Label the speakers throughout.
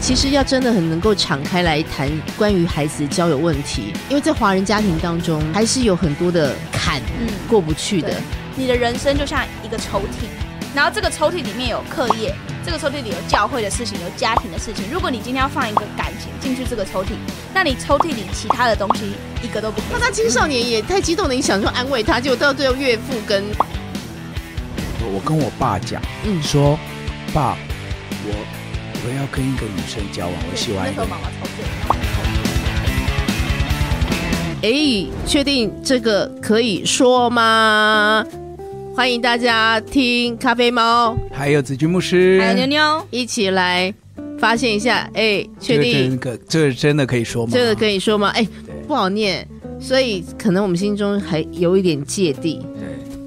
Speaker 1: 其实要真的很能够敞开来谈关于孩子交友问题，因为在华人家庭当中还是有很多的坎
Speaker 2: 嗯
Speaker 1: 过不去的
Speaker 2: 对。你的人生就像一个抽屉，然后这个抽屉里面有课业，这个抽屉里有教会的事情，有家庭的事情。如果你今天要放一个感情进去这个抽屉，那你抽屉里其他的东西一个都不可
Speaker 1: 那
Speaker 2: 以。
Speaker 1: 他青少年也太激动了，你想说安慰他，结果到最后岳父跟
Speaker 3: 我跟我爸讲，
Speaker 1: 嗯
Speaker 3: 说，爸，我我要跟一个女生交往，我喜欢
Speaker 2: 那
Speaker 3: 一
Speaker 2: 时
Speaker 3: 个
Speaker 2: 候
Speaker 3: 女
Speaker 2: 妈妈抽屉。
Speaker 1: 哎，确定这个可以说吗？欢迎大家听咖啡猫
Speaker 3: 还有子君牧师，
Speaker 2: 还有哎妞 妞，
Speaker 1: 一起来发现一下。哎，
Speaker 3: 这
Speaker 1: 确
Speaker 3: 个
Speaker 1: 定
Speaker 3: 真可，这个真的可以说吗？
Speaker 1: 这个可以说吗？哎，
Speaker 3: 对
Speaker 1: 不好念，所以可能我们心中还有一点芥蒂。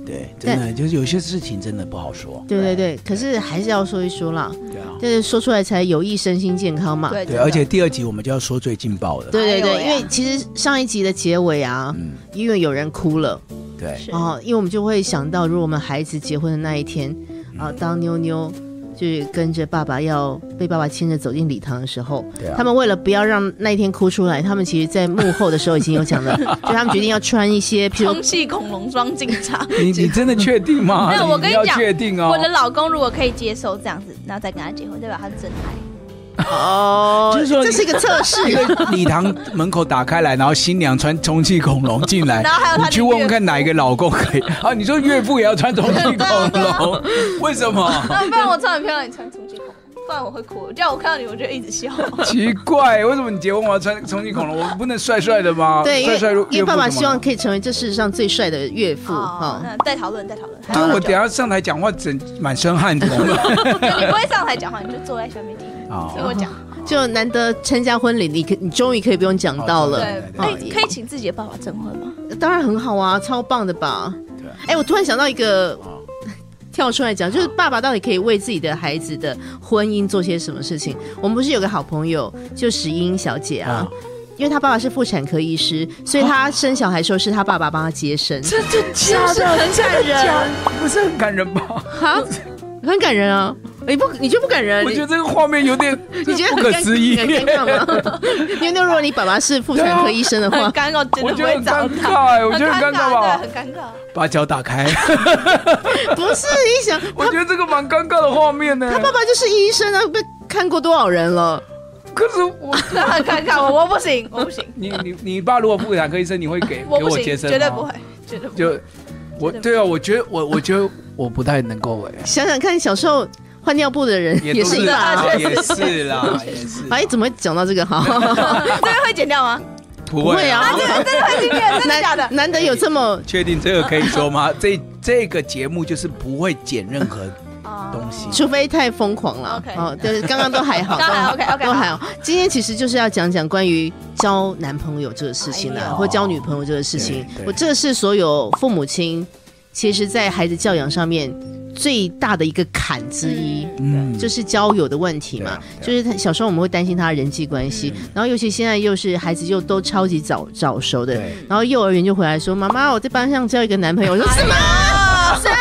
Speaker 3: 对，真的就是有些事情真的不好说，
Speaker 1: 对对对，可是还是要说一说啦，
Speaker 3: 对啊，
Speaker 1: 就是说出来才有益身心健康嘛。
Speaker 2: 对啊
Speaker 3: 对，而且第二集我们就要说最劲爆的，
Speaker 1: 对对
Speaker 2: 哎呦
Speaker 1: 对，
Speaker 2: 喂
Speaker 1: 因为其实上一集的结尾啊，
Speaker 3: 嗯，
Speaker 1: 因为有人哭了。
Speaker 3: 对，
Speaker 2: 是
Speaker 1: 哦，因为我们就会想到，如果我们孩子结婚的那一天，啊，
Speaker 3: 嗯
Speaker 1: 当妞妞就是跟着爸爸要被爸爸牵着走进礼堂的时候，
Speaker 3: 对啊
Speaker 1: 他们为了不要让那一天哭出来，他们其实在幕后的时候已经有讲了， 就他们决定要穿一些， 譬如
Speaker 2: 充气恐龙装进场。
Speaker 3: 你你真的确定吗？
Speaker 2: 没有我跟你
Speaker 3: 要
Speaker 2: 讲
Speaker 3: 确定哦
Speaker 2: 我。的老公如果可以接受这样子，然后再跟他结婚，代表他是真爱。
Speaker 1: 哦，
Speaker 3: 就是说
Speaker 1: 这是一个测试，
Speaker 3: 一个礼堂门口打开来，然后新娘穿充气恐龙进来，
Speaker 2: 然后还有她的
Speaker 3: 你去问
Speaker 2: 岳
Speaker 3: 问
Speaker 2: 父
Speaker 3: 看哪一个老公可以啊？你说岳父也要穿充气 恐龙，为什么？
Speaker 2: 那不然我穿很漂亮，你穿充气恐龙，不然我会哭。叫我看到你，我就一直笑。
Speaker 3: 奇怪，为什么你结婚我要穿充气恐龙？我不能帅帅的吗？
Speaker 1: 对，因
Speaker 3: 帅
Speaker 1: 为
Speaker 3: 帅
Speaker 1: 因为爸爸希望
Speaker 3: 以。
Speaker 1: 可以成为这世上最帅的岳父哈。
Speaker 2: 那再讨论，再讨论。
Speaker 3: 对，我等一下上台讲话，整满 身汗，怎么办？
Speaker 2: 你不会上台讲话，你就坐在下面听，听我
Speaker 3: 好，
Speaker 2: 讲。
Speaker 1: 就难得参加婚礼，你可你终于可以不用讲到了，
Speaker 2: 对，可以嗯可以请自己的爸爸证婚吗？
Speaker 1: 当然很好啊，超棒的吧？
Speaker 3: 对啊
Speaker 1: 哎、我突然想到一个
Speaker 3: 好，
Speaker 1: 跳出来讲，就是爸爸到底可以为自己的孩子的婚姻做些什么事情？我们不是有个好朋友，就石英小姐啊。
Speaker 3: 啊
Speaker 1: 因为她爸爸是妇产科医师，所以她生小孩的时候是她爸爸帮她接生，
Speaker 3: 真的假
Speaker 2: 是啊很感人。
Speaker 3: 不是很感人吧？
Speaker 1: 哈，很感人啊！你不你就不感人？
Speaker 3: 我觉得
Speaker 1: 你
Speaker 3: 这个画面有点
Speaker 1: 你觉得
Speaker 3: 不
Speaker 1: 很
Speaker 3: 可
Speaker 1: 尴
Speaker 3: 思议
Speaker 1: 很，尴尬吗？因为如果你爸爸是妇产科医生的话
Speaker 2: 很，尴尬，真欸
Speaker 3: 我
Speaker 2: 的
Speaker 3: 觉
Speaker 2: 不
Speaker 3: 得
Speaker 2: 会
Speaker 3: 很
Speaker 2: 找
Speaker 3: 尴
Speaker 2: 他。
Speaker 3: 尬，我觉得很尴尬吧
Speaker 2: 对，。很尴尬。
Speaker 3: 把脚打开，
Speaker 1: 不是你想
Speaker 3: 我
Speaker 1: 他
Speaker 3: 觉得这个蛮尴尬的画面呢。
Speaker 1: 他爸爸就是医生啊，被看过多少人了？
Speaker 3: 可是我，
Speaker 2: 那很尴 尬，我我不行，我不行，
Speaker 3: 你你 你爸如果妇产科医生，你会给
Speaker 2: 我
Speaker 3: 给
Speaker 2: 不
Speaker 3: 我
Speaker 2: 行，
Speaker 3: 接生吗？
Speaker 2: 绝对不会，绝对不 会。
Speaker 3: 就我对啊，我觉得我我觉得我不太能够哎，
Speaker 1: 想想看，小时候换尿布的人也
Speaker 3: 都
Speaker 1: 是一 大、
Speaker 2: 啊
Speaker 3: 也是啦，也是。
Speaker 1: 哎，怎么会讲到这个？ 好，
Speaker 2: 这个会剪掉吗？
Speaker 3: 不
Speaker 1: 不会
Speaker 3: 会啊
Speaker 1: 啊？
Speaker 2: 真的会剪掉，真的假的
Speaker 1: 难？难得有这么
Speaker 3: 确定这个可以说吗？ 这这个节目就是不会剪任何
Speaker 2: 哦
Speaker 3: 东西
Speaker 1: 除非太疯狂了。
Speaker 2: OK
Speaker 1: 哦，对，刚刚都还好，
Speaker 2: 刚好 OK，OK，
Speaker 1: 都还好。今天其实就是要讲讲关于交男朋友这个事情
Speaker 2: 哎
Speaker 1: 啦，
Speaker 2: 呦
Speaker 1: 或交女朋友这个事情
Speaker 3: 对。对
Speaker 1: 我这是所有父母亲，其实在孩子教养上面最大的一个坎之一。
Speaker 3: 嗯，
Speaker 1: 就是交友的问题嘛，就
Speaker 3: 对啊
Speaker 1: 是
Speaker 3: 嗯
Speaker 1: 他小时候我们会担心他的人际关系，然后尤其现在又是孩子又都超级早早熟的，
Speaker 3: 对
Speaker 1: 然后幼儿园就回来说：“妈妈，我在班上交一个男朋
Speaker 2: 哎
Speaker 1: 友。”我说：“什么？什么？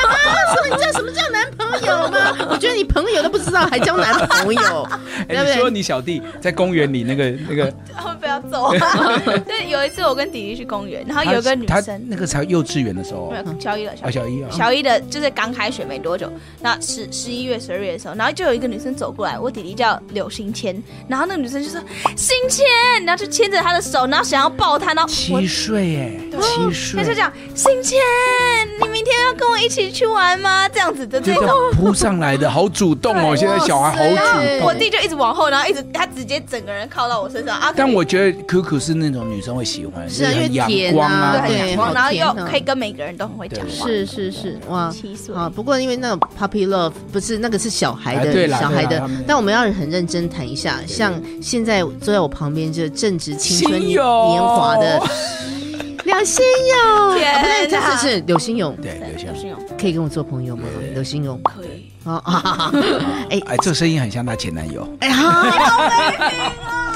Speaker 1: 说你叫什么叫男朋友吗？我觉得你朋友都不知道，还交男朋友，对
Speaker 3: 哎，
Speaker 1: 不
Speaker 3: 你说
Speaker 1: 对？
Speaker 3: 你小弟在公园里那个那个，
Speaker 2: 他们 不要走啊！ 对，有一次我跟弟弟去公园，然后啊有个女
Speaker 3: 他他
Speaker 2: 生，
Speaker 3: 那个才幼稚园的时候
Speaker 2: 没，有小一了，
Speaker 3: 啊小一啊，
Speaker 2: 小一的就是刚开学没多久，那十十一月、十二月的时候，然后就有一个女生走过来，我弟弟叫柳新千，然后那个女生就说新千，然后就牵着他的手，然后想要抱他，然后我
Speaker 3: 七岁哎，七
Speaker 2: 他
Speaker 3: 岁
Speaker 2: 啊就讲新千，你明天要跟我一起去玩吗？这样子的这
Speaker 3: 就这
Speaker 2: 种
Speaker 3: 样。扑上来的，好主动哦！
Speaker 2: 对
Speaker 3: 现在小孩好主
Speaker 1: 塞
Speaker 3: 动。
Speaker 2: 我弟就一直往后，然后一直他直接整个人靠到我身上啊！
Speaker 3: 但我觉得 QQ 是那种女生会喜欢，
Speaker 1: 是啊
Speaker 3: 就很
Speaker 1: 因为甜啊
Speaker 3: 阳光啊，
Speaker 2: 对很
Speaker 1: 对
Speaker 2: 阳光，然后
Speaker 1: 好甜
Speaker 2: 又
Speaker 1: 哦
Speaker 2: 可以跟每个人都很会讲话。
Speaker 1: 是是是，哇。”
Speaker 2: 七岁，
Speaker 1: 啊，不过因为那种 puppy love 不是那个是小孩
Speaker 3: 哎
Speaker 1: 的，
Speaker 3: 对啦
Speaker 1: 小孩
Speaker 3: 对啦
Speaker 1: 的
Speaker 3: 他们，
Speaker 1: 但我们要很认真谈一下。像现在坐在我旁边这正值青春
Speaker 3: 心
Speaker 1: 年
Speaker 3: 有
Speaker 1: 年华的梁心勇，
Speaker 2: 天
Speaker 1: 啊不对，这
Speaker 2: 哪
Speaker 1: 次是柳心勇，
Speaker 3: 对，有些
Speaker 2: 小心哦，
Speaker 1: 可以跟我做朋友吗？柳心勇，
Speaker 2: 可以。
Speaker 1: 哦啊，哎
Speaker 3: 哎，这声音很像她前男友。
Speaker 1: 哎呀，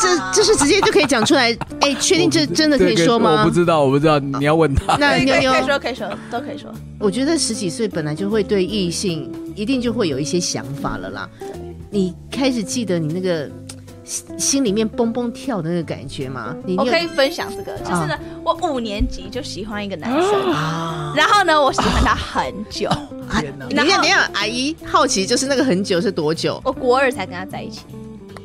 Speaker 1: 这这是直接就可以讲出来，哎，确定这
Speaker 3: 我不知
Speaker 1: 真的可以
Speaker 3: 这个
Speaker 1: 说
Speaker 3: 我不
Speaker 1: 吗？
Speaker 3: 知道，我不知道，你要问他。
Speaker 1: 那
Speaker 2: 可以
Speaker 1: 妞
Speaker 2: 可以
Speaker 1: 妞
Speaker 2: 可，以说可以说都可以说，
Speaker 1: 我觉得十几岁本来就会对异性一定就会有一些想法了啦。你开始记得你那个。心里面蹦蹦跳的那个感觉吗？你
Speaker 2: 我
Speaker 1: 你有
Speaker 2: 可以分享这个，就是呢，我五年级就喜欢一个男生，
Speaker 1: 啊？
Speaker 2: 然后呢，我喜欢他很久，
Speaker 3: 天哪！
Speaker 1: 等
Speaker 2: 然
Speaker 1: 一下，
Speaker 2: 后
Speaker 1: 等一下，阿姨好奇，就是那个很久是多久？哎
Speaker 2: 我国二才跟他在一起，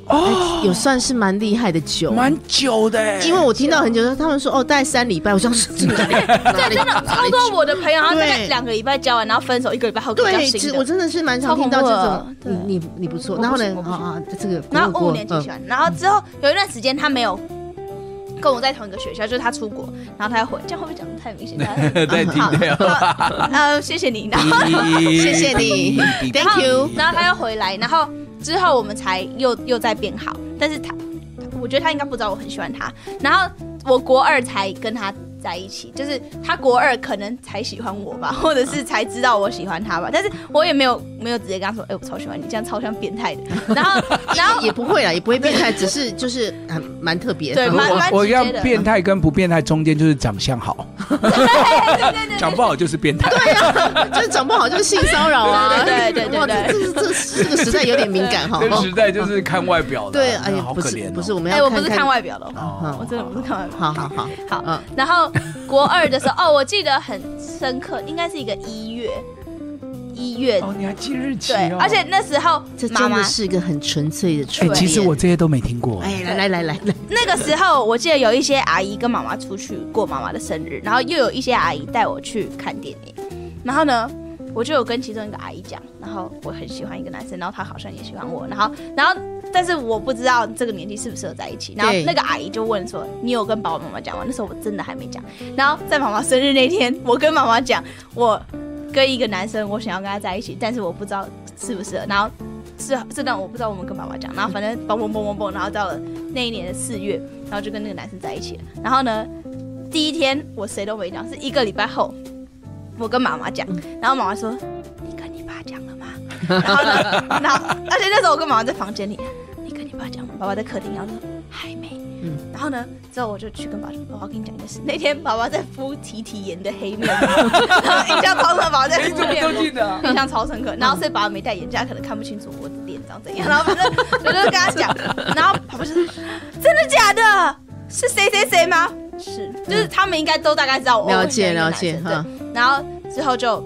Speaker 2: 哦
Speaker 1: 有算是蛮厉害的久，
Speaker 3: 蛮久的欸，
Speaker 1: 啊因为我听到很久，他们说哦，大概三礼拜，我想说哦这哪里哪里
Speaker 2: 真的超多我的朋友，他大概
Speaker 1: 啊对
Speaker 2: 两个礼拜交完，然后分手，一个礼拜后比较
Speaker 1: 对，
Speaker 2: 新
Speaker 1: 其
Speaker 2: 的
Speaker 1: 实我。真的是蛮常听到
Speaker 2: 超
Speaker 1: 这
Speaker 2: 恐怖的
Speaker 1: 种，你你你不错，
Speaker 2: 我不
Speaker 1: 然后呢
Speaker 2: 行我，不
Speaker 1: 啊
Speaker 2: 行
Speaker 1: 啊，这个
Speaker 2: 然后
Speaker 1: 过
Speaker 2: 我
Speaker 1: 过
Speaker 2: 五年级
Speaker 1: 嗯
Speaker 2: 喜欢，然后之后有一段时间他没有跟我在同一个学校，就是他出国，然后他又回，这样会不会讲的太明 显？大家
Speaker 3: 在听的
Speaker 2: 好
Speaker 3: 哦。
Speaker 2: 呃，谢谢你。然后，
Speaker 1: 谢谢 你
Speaker 2: 然
Speaker 1: ，Thank
Speaker 2: 后
Speaker 1: you。
Speaker 2: 然后他又回来，然后之后我们才又又再变好。但是他，我觉得他应该不知道我很喜欢他。然后我国二才跟他在一起，就是他国二可能才喜欢我吧，或者是才知道我喜欢他 吧。但是我也没有没有直接跟他说，哎、我超喜欢你，这样超像变态的。然 后，然后
Speaker 1: 也不会啦，也不会变态，只是就是嗯，蛮特别。
Speaker 2: 对蛮蛮
Speaker 3: 我我
Speaker 2: 直接
Speaker 3: 要
Speaker 2: 的
Speaker 3: 变态跟不变态中间就是长相好，长不好就是变态。
Speaker 1: 就是长不好就是性骚扰啊。
Speaker 2: 对对对对
Speaker 1: 哇，
Speaker 2: 对
Speaker 1: 这这这这这个时代有点敏感 哈。
Speaker 3: 这时代就是看外表的，
Speaker 1: 对，哎呀
Speaker 3: 好，
Speaker 1: 不
Speaker 3: 可
Speaker 1: 是
Speaker 3: 怜哦。
Speaker 1: 不是，我们
Speaker 2: 哎、
Speaker 1: 要
Speaker 2: 我不是看
Speaker 1: 看。
Speaker 2: 外表的，
Speaker 3: 哦
Speaker 2: 我真的不是看外表。
Speaker 1: 好好好，
Speaker 2: 好，
Speaker 1: 嗯
Speaker 2: 然后国二的时候，哦，我记得很深刻，应该是一个一月，一月，
Speaker 3: 哦，你还记日期
Speaker 2: 对，
Speaker 3: 哦？
Speaker 2: 而且那时候
Speaker 1: 这真
Speaker 2: 妈妈
Speaker 1: 的是一个很纯粹的初
Speaker 3: 哎，
Speaker 1: 恋。
Speaker 3: 其实我这些都没听过。
Speaker 1: 哎，来来来来来，
Speaker 2: 那个时候，我记得有一些阿姨跟妈妈出去过妈妈的生日，然后又有一些阿姨带我去看电影，然后呢。我就有跟其中一个阿姨讲，然后我很喜欢一个男生，然后他好像也喜欢我，然后，然后，但是我不知道这个年纪适不适合在一起。然后
Speaker 1: 对
Speaker 2: 那个阿姨就问说：“你有跟爸爸妈妈讲吗？”那时候我真的还没讲。然后在妈妈生日那天，我跟妈妈讲，我跟一个男生，我想要跟他在一起，但是我不知道适不适合。然后是这段我不知道我们跟爸爸讲，然后反正嘣嘣嘣嘣嘣，然后到了那一年的四月，然后就跟那个男生在一起了。然后呢，第一天我谁都没讲，是一个礼拜后，我跟妈妈讲，然后妈妈说：“你跟你爸讲了吗？” 然后呢，然后而且那时候我跟妈妈在房间里，你跟你爸讲吗，爸爸在客厅，然后说还没。
Speaker 1: 嗯
Speaker 2: 然后呢，之后我就去跟爸爸说：“爸爸，我跟你讲一件事。那天爸爸在敷提提颜的黑面膜，然 后印象超深，爸爸在
Speaker 3: 你
Speaker 2: 敷
Speaker 3: 怎么
Speaker 2: 面
Speaker 3: 都
Speaker 2: 膜。
Speaker 3: 记得啊？
Speaker 2: 印象超深刻。然后所以爸爸没戴眼镜，他可能看不清楚我的脸长怎样。然后反正我就跟 他讲，然后爸爸就说：“真的假的？是谁谁谁吗？”是，就是他们应该都大概知道我
Speaker 1: 了解
Speaker 2: 我是哪
Speaker 1: 了
Speaker 2: 个
Speaker 1: 解
Speaker 2: 男生
Speaker 1: 哈。
Speaker 2: 对，然后之后就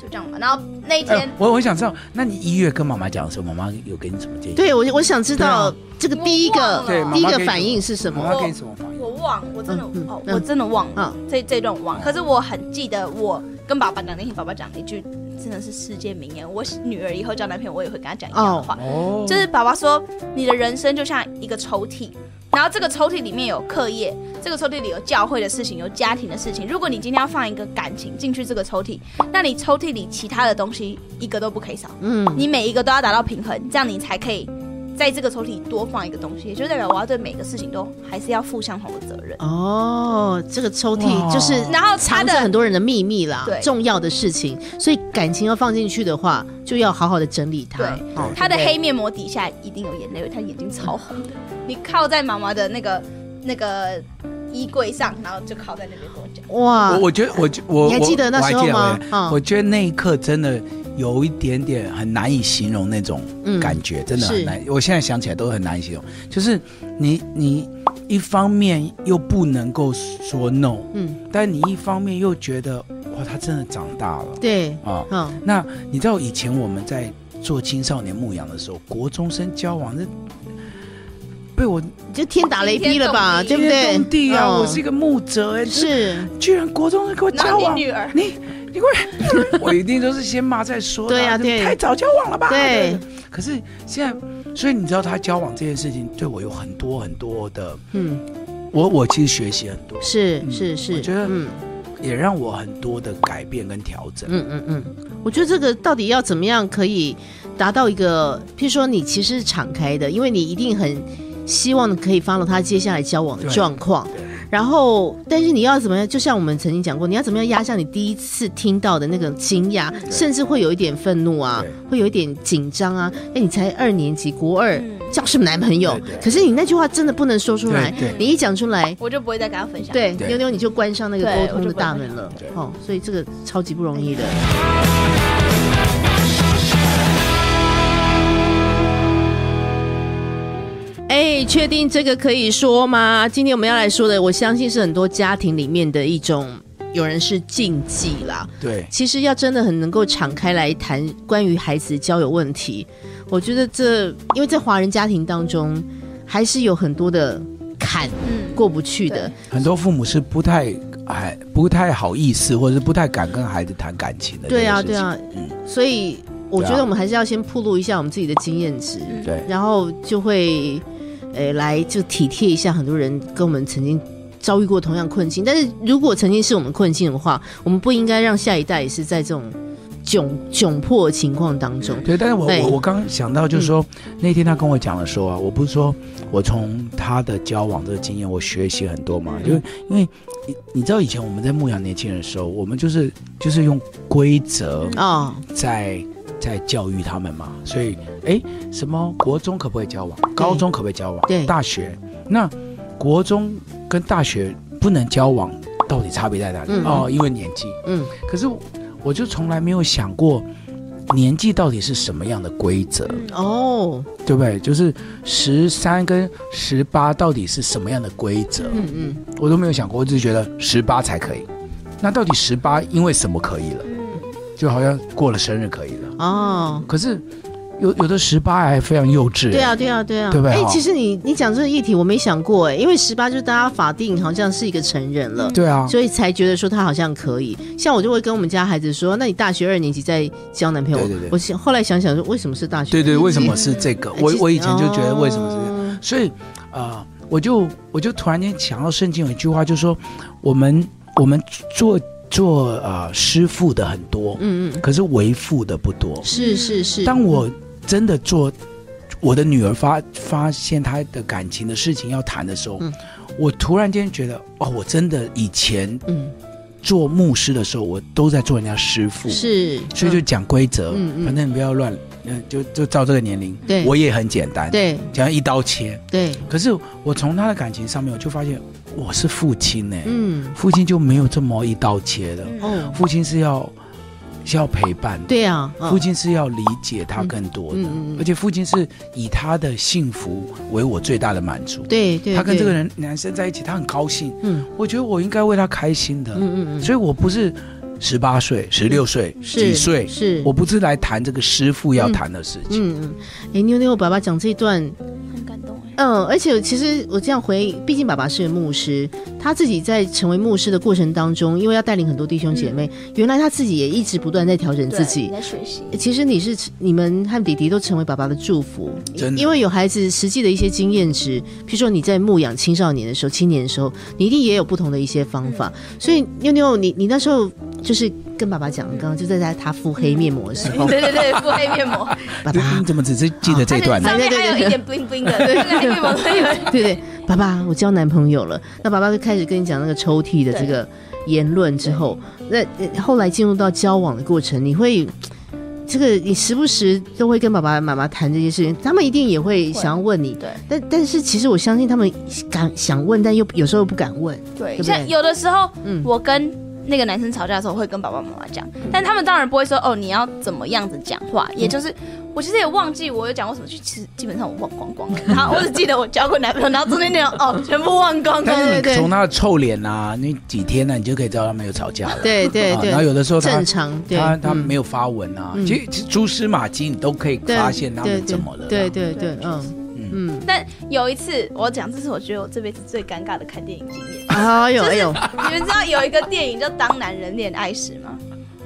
Speaker 2: 就这样嘛。然后那一天
Speaker 3: 哎，我我想知道，那你一月跟妈妈讲的时候，妈妈有给你什么建议？
Speaker 1: 对我我想知道
Speaker 3: 对啊
Speaker 1: 这个第一个
Speaker 2: 我忘了
Speaker 1: 第一个反应是什
Speaker 3: 妈
Speaker 1: 么？
Speaker 3: 妈给你什么反应？
Speaker 2: 我忘，我真的
Speaker 1: 嗯嗯
Speaker 2: 哦，
Speaker 1: 嗯
Speaker 2: 我真的忘了
Speaker 1: 嗯
Speaker 2: 这这段我忘了。可是我很记得我跟爸爸讲那天，爸爸讲了一句真的是世界名言，我女儿以后交男朋友我也会跟她讲一样的话。
Speaker 3: 哦
Speaker 2: 就是爸爸说，你的人生就像一个抽屉，然后这个抽屉里面有课业，这个抽屉里有教会的事情，有家庭的事情。如果你今天要放一个感情进去这个抽屉，那你抽屉里其他的东西一个都不可以少，
Speaker 1: 嗯，
Speaker 2: 你每一个都要达到平衡，这样你才可以在这个抽屉里多放一个东西，也就代表我要对每个事情都还是要负相同的责任。
Speaker 1: 哦，这个抽屉
Speaker 3: 哇
Speaker 1: 就是
Speaker 2: 然后他
Speaker 1: 藏着
Speaker 2: 的
Speaker 1: 很多人的秘密啦
Speaker 2: 对，
Speaker 1: 重要的事情，所以感情要放进去的话，就要好好的整理它。
Speaker 2: 对
Speaker 1: 哦
Speaker 2: 他的
Speaker 1: 对
Speaker 2: 黑面膜底下一定有眼泪，他眼睛超红的。你靠在妈妈的那个那个衣柜上，然后就靠在那边跟我讲。
Speaker 1: 哇
Speaker 3: 我，我觉得我觉我
Speaker 1: 你还
Speaker 3: 我
Speaker 1: 记得那
Speaker 3: 我还
Speaker 1: 时候
Speaker 3: 记得
Speaker 1: 吗
Speaker 3: 我还记得
Speaker 1: 嗯
Speaker 3: 我觉得那一刻真的有一点点很难以形容那种
Speaker 1: 嗯
Speaker 3: 感觉，真的
Speaker 1: 是
Speaker 3: 很难。我现在想起来都很难以形容，就是你你一方面又不能够说 no，
Speaker 1: 嗯，
Speaker 3: 但你一方面又觉得哇，他真的长大了
Speaker 1: 对，
Speaker 3: 啊。
Speaker 1: 嗯，
Speaker 3: 那你知道以前我们在做青少年牧养的时候，国中生交往那被我
Speaker 1: 就天打雷劈了吧，对
Speaker 2: 惊
Speaker 1: 不
Speaker 3: 天
Speaker 1: 对？
Speaker 3: 动地啊！
Speaker 1: 嗯
Speaker 3: 我是一个牧者哎，
Speaker 1: 是，
Speaker 3: 居然国中生跟我
Speaker 2: 然
Speaker 3: 交
Speaker 2: 后
Speaker 3: 往
Speaker 2: 你，女儿，
Speaker 3: 你你会，我一定都是先骂再说的、
Speaker 1: 对啊
Speaker 3: 你们
Speaker 1: 对
Speaker 3: 太早交往了吧？
Speaker 1: 对。
Speaker 3: 可是现在，所以你知道他交往这件事情对我有很多很多的，
Speaker 1: 嗯，
Speaker 3: 我我其实学习很多，
Speaker 1: 是
Speaker 3: 嗯
Speaker 1: 是是，
Speaker 3: 我觉得
Speaker 1: 嗯
Speaker 3: 也让我很多的改变跟调整。
Speaker 1: 嗯嗯嗯，我觉得这个到底要怎么样可以达到一个，譬如说你其实是敞开的，因为你一定很希望可以 follow 他接下来交往的
Speaker 3: 对
Speaker 1: 状况
Speaker 3: 对，
Speaker 1: 然后但是你要怎么样，就像我们曾经讲过，你要怎么样压下你第一次听到的那个惊讶，甚至会有一点愤怒啊
Speaker 3: 对，
Speaker 1: 会有一点紧张啊，哎，你才二年级，国二。
Speaker 2: 嗯
Speaker 1: 叫什么男朋友
Speaker 3: 对对？
Speaker 1: 可是你那句话真的不能说出来
Speaker 3: 对对，
Speaker 1: 你一讲出来，
Speaker 2: 我就不会再跟他分享。
Speaker 1: 对，
Speaker 3: 对
Speaker 1: 妞妞你就关上那个沟
Speaker 2: 对我
Speaker 1: 通
Speaker 2: 就
Speaker 1: 的
Speaker 2: 不会
Speaker 1: 大门了
Speaker 3: 对，
Speaker 1: 哦，所以这个超级不容易的。哎、哎，确定这个可以说吗？今天我们要来说的，我相信是很多家庭里面的一种，有人是禁忌啦。
Speaker 3: 对，
Speaker 1: 其实要真的很能够敞开来谈关于孩子交友问题，我觉得这因为在华人家庭当中，还是有很多的坎
Speaker 2: 嗯，
Speaker 1: 过不去的
Speaker 2: 对。
Speaker 3: 很多父母是不太哎不太好意思，或者是不太敢跟孩子谈感情的。
Speaker 1: 对啊，
Speaker 3: 这
Speaker 1: 对
Speaker 3: 个事情
Speaker 1: 啊，所以我觉
Speaker 3: 对
Speaker 1: 得
Speaker 3: 啊
Speaker 1: 我们还是要先铺露一下我们自己的经验值，
Speaker 2: 嗯
Speaker 3: 对
Speaker 1: 然后就会，呃，来就体贴一下很多人跟我们曾经遭遇过同样困境。但是如果曾经是我们困境的话，我们不应该让下一代也是在这种窘窘迫的情况当中。
Speaker 3: 对，但是我
Speaker 1: 对嗯
Speaker 3: 我我刚想到就是说，那天他跟我讲的时候啊，我不是说我从他的交往这个经验，我学习很多嘛，
Speaker 1: 嗯
Speaker 3: 就是因为你你知道以前我们在牧养年轻人的时候，我们就是就是用规则
Speaker 1: 哦，
Speaker 3: 在在教育他们嘛，所以哎，什么国中可不可以交往，高中可不可以交往，
Speaker 1: 对
Speaker 3: 大学那国中跟大学不能交往，到底差别在哪里？
Speaker 1: 嗯
Speaker 3: 哦，因为年纪，
Speaker 1: 嗯，
Speaker 3: 可是我我就从来没有想过，年纪到底是什么样的规则，
Speaker 2: 嗯
Speaker 1: 哦，
Speaker 3: 对不对？就是十三跟十八到底是什么样的规则，
Speaker 1: 嗯嗯，
Speaker 3: 我都没有想过，我只是觉得十八才可以。那到底十八因为什么可以
Speaker 1: 嗯
Speaker 3: 了？就好像过了生日可以了，
Speaker 1: 哦。
Speaker 3: 可是有有的十八还非常幼稚。
Speaker 1: 对，啊，对啊，对啊，
Speaker 3: 对不对
Speaker 1: 哎、
Speaker 3: 哈
Speaker 1: 其实你你讲这个议题，我没想过哎、因为十八就是大家法定好像是一个成人了，
Speaker 3: 对啊，
Speaker 1: 所以才觉得说他好像可以。像我就会跟我们家孩子说，那你大学二年级再交男朋友。
Speaker 3: 对对对
Speaker 1: 我想后来想想说，为什么是大学？
Speaker 3: 对对，为什么是这个？
Speaker 1: 哎？
Speaker 3: 我
Speaker 1: 其实
Speaker 3: 我以前就觉得为什么是这个？
Speaker 1: 哦
Speaker 3: 所以，呃，我就我就突然间想到圣经有一句话，就说我们我们做做呃师傅的很多，
Speaker 1: 嗯嗯，
Speaker 3: 可是为父的不多。
Speaker 1: 是是是。
Speaker 3: 当我真的做我的女儿发发现她的感情的事情要谈的时候，
Speaker 1: 嗯
Speaker 3: 我突然间觉得，哦，我真的以前
Speaker 1: 嗯
Speaker 3: 做牧师的时候，我都在做人家师傅，
Speaker 1: 是，
Speaker 3: 所以就讲规则，
Speaker 1: 嗯嗯
Speaker 3: 反正你不要乱，嗯，就就照这个年龄，
Speaker 1: 对
Speaker 3: 我也很简单，，
Speaker 1: 对
Speaker 3: 讲一刀切，
Speaker 1: 对，
Speaker 3: 可是我从他的感情上面，我就发现我是父亲呢、
Speaker 1: 嗯
Speaker 3: 父亲就没有这么一刀切的，
Speaker 1: 哦，
Speaker 3: 父亲是要是要陪伴的，
Speaker 1: 对啊，嗯
Speaker 3: 父亲是要理解他更多的，
Speaker 1: 嗯嗯嗯
Speaker 3: 而且父亲是以他的幸福为我最大的满足。
Speaker 1: 对对，
Speaker 3: 他跟
Speaker 1: 对
Speaker 3: 这个，人男生在一起，他很高兴，
Speaker 1: 嗯
Speaker 3: 我觉得我应该为他开心的，
Speaker 1: 嗯嗯嗯，
Speaker 3: 所以我不是十八岁、十六岁、
Speaker 1: 是
Speaker 3: 几岁，
Speaker 1: 是
Speaker 3: 我不是来谈这个师傅要
Speaker 1: 嗯
Speaker 3: 谈的事情。
Speaker 1: 嗯嗯，哎，妞妞，爸爸讲这一段
Speaker 2: 很感动哎，
Speaker 1: 嗯，而且其实我这样回忆，毕竟爸爸是个牧师，他自己在成为牧师的过程当中，因为要带领很多弟兄姐妹，原来他自己也一直不断在调整
Speaker 2: 对
Speaker 1: 自己。
Speaker 2: 在学 习，
Speaker 1: 其实你是你们和弟弟都成为爸爸的祝福，
Speaker 3: 真的
Speaker 1: 因为有孩子实际的一些经验值，譬如说你在牧养青少年的时候、青年的时候，你一定也有不同的一些方法。
Speaker 3: 嗯
Speaker 1: 所以妞妞，你你那时候就是跟爸爸讲，刚刚就在他敷黑面膜的时 候，
Speaker 2: 对对对，敷黑 面膜，
Speaker 1: 爸
Speaker 3: 你
Speaker 1: 爸
Speaker 3: 嗯你怎么只是记得这段
Speaker 1: 啊
Speaker 3: 呢？
Speaker 2: 上面还有一 点 bling bling 的，对，那个黑面膜可以有
Speaker 1: 对对，爸爸，我交男朋友了。那爸爸就开始跟你讲那个抽屉的这个言论之后，那呃后来进入到交往的过程，你会这个你时不时都会跟爸爸妈妈谈这些事情，他们一定也会想要问你。
Speaker 2: 对。
Speaker 1: 但但是其实我相信他们敢想问，但又有时候又不敢问。对
Speaker 2: 对，
Speaker 1: 不
Speaker 2: 像
Speaker 1: 对
Speaker 2: 有的时候，
Speaker 1: 嗯
Speaker 2: 我跟那个男生吵架的时候，我会跟爸爸妈妈讲，但他们当然不会说哦，你要怎么样子讲话，
Speaker 1: 嗯
Speaker 2: 也就是我其实也忘记我有讲过什么，就其实基本上我忘光光了。 然后我只记得我交过男朋友，然后中间那种 哦，全部忘光光。
Speaker 3: 但是
Speaker 1: 对
Speaker 3: 你
Speaker 1: 对
Speaker 3: 从他的臭脸啊，你几天呢、你就可以知道他们有吵架了。
Speaker 1: 对对
Speaker 3: 啊
Speaker 1: 对，嗯
Speaker 3: 然后有的时候他
Speaker 1: 正常，对，
Speaker 3: 他他
Speaker 1: 嗯
Speaker 3: 没有发文啊，
Speaker 1: 嗯
Speaker 3: 其实其实蛛丝马迹你都可以
Speaker 1: 对
Speaker 3: 发现他
Speaker 1: 对
Speaker 3: 们
Speaker 1: 对
Speaker 3: 怎么了。
Speaker 1: 对对对
Speaker 2: 对，
Speaker 1: 嗯嗯，
Speaker 2: 但有一次，我讲这是我觉得我这辈子最尴尬的看电影经 验。
Speaker 1: 哎呦哎呦，
Speaker 2: 你们知道有一个电影叫《当男人恋爱时》吗？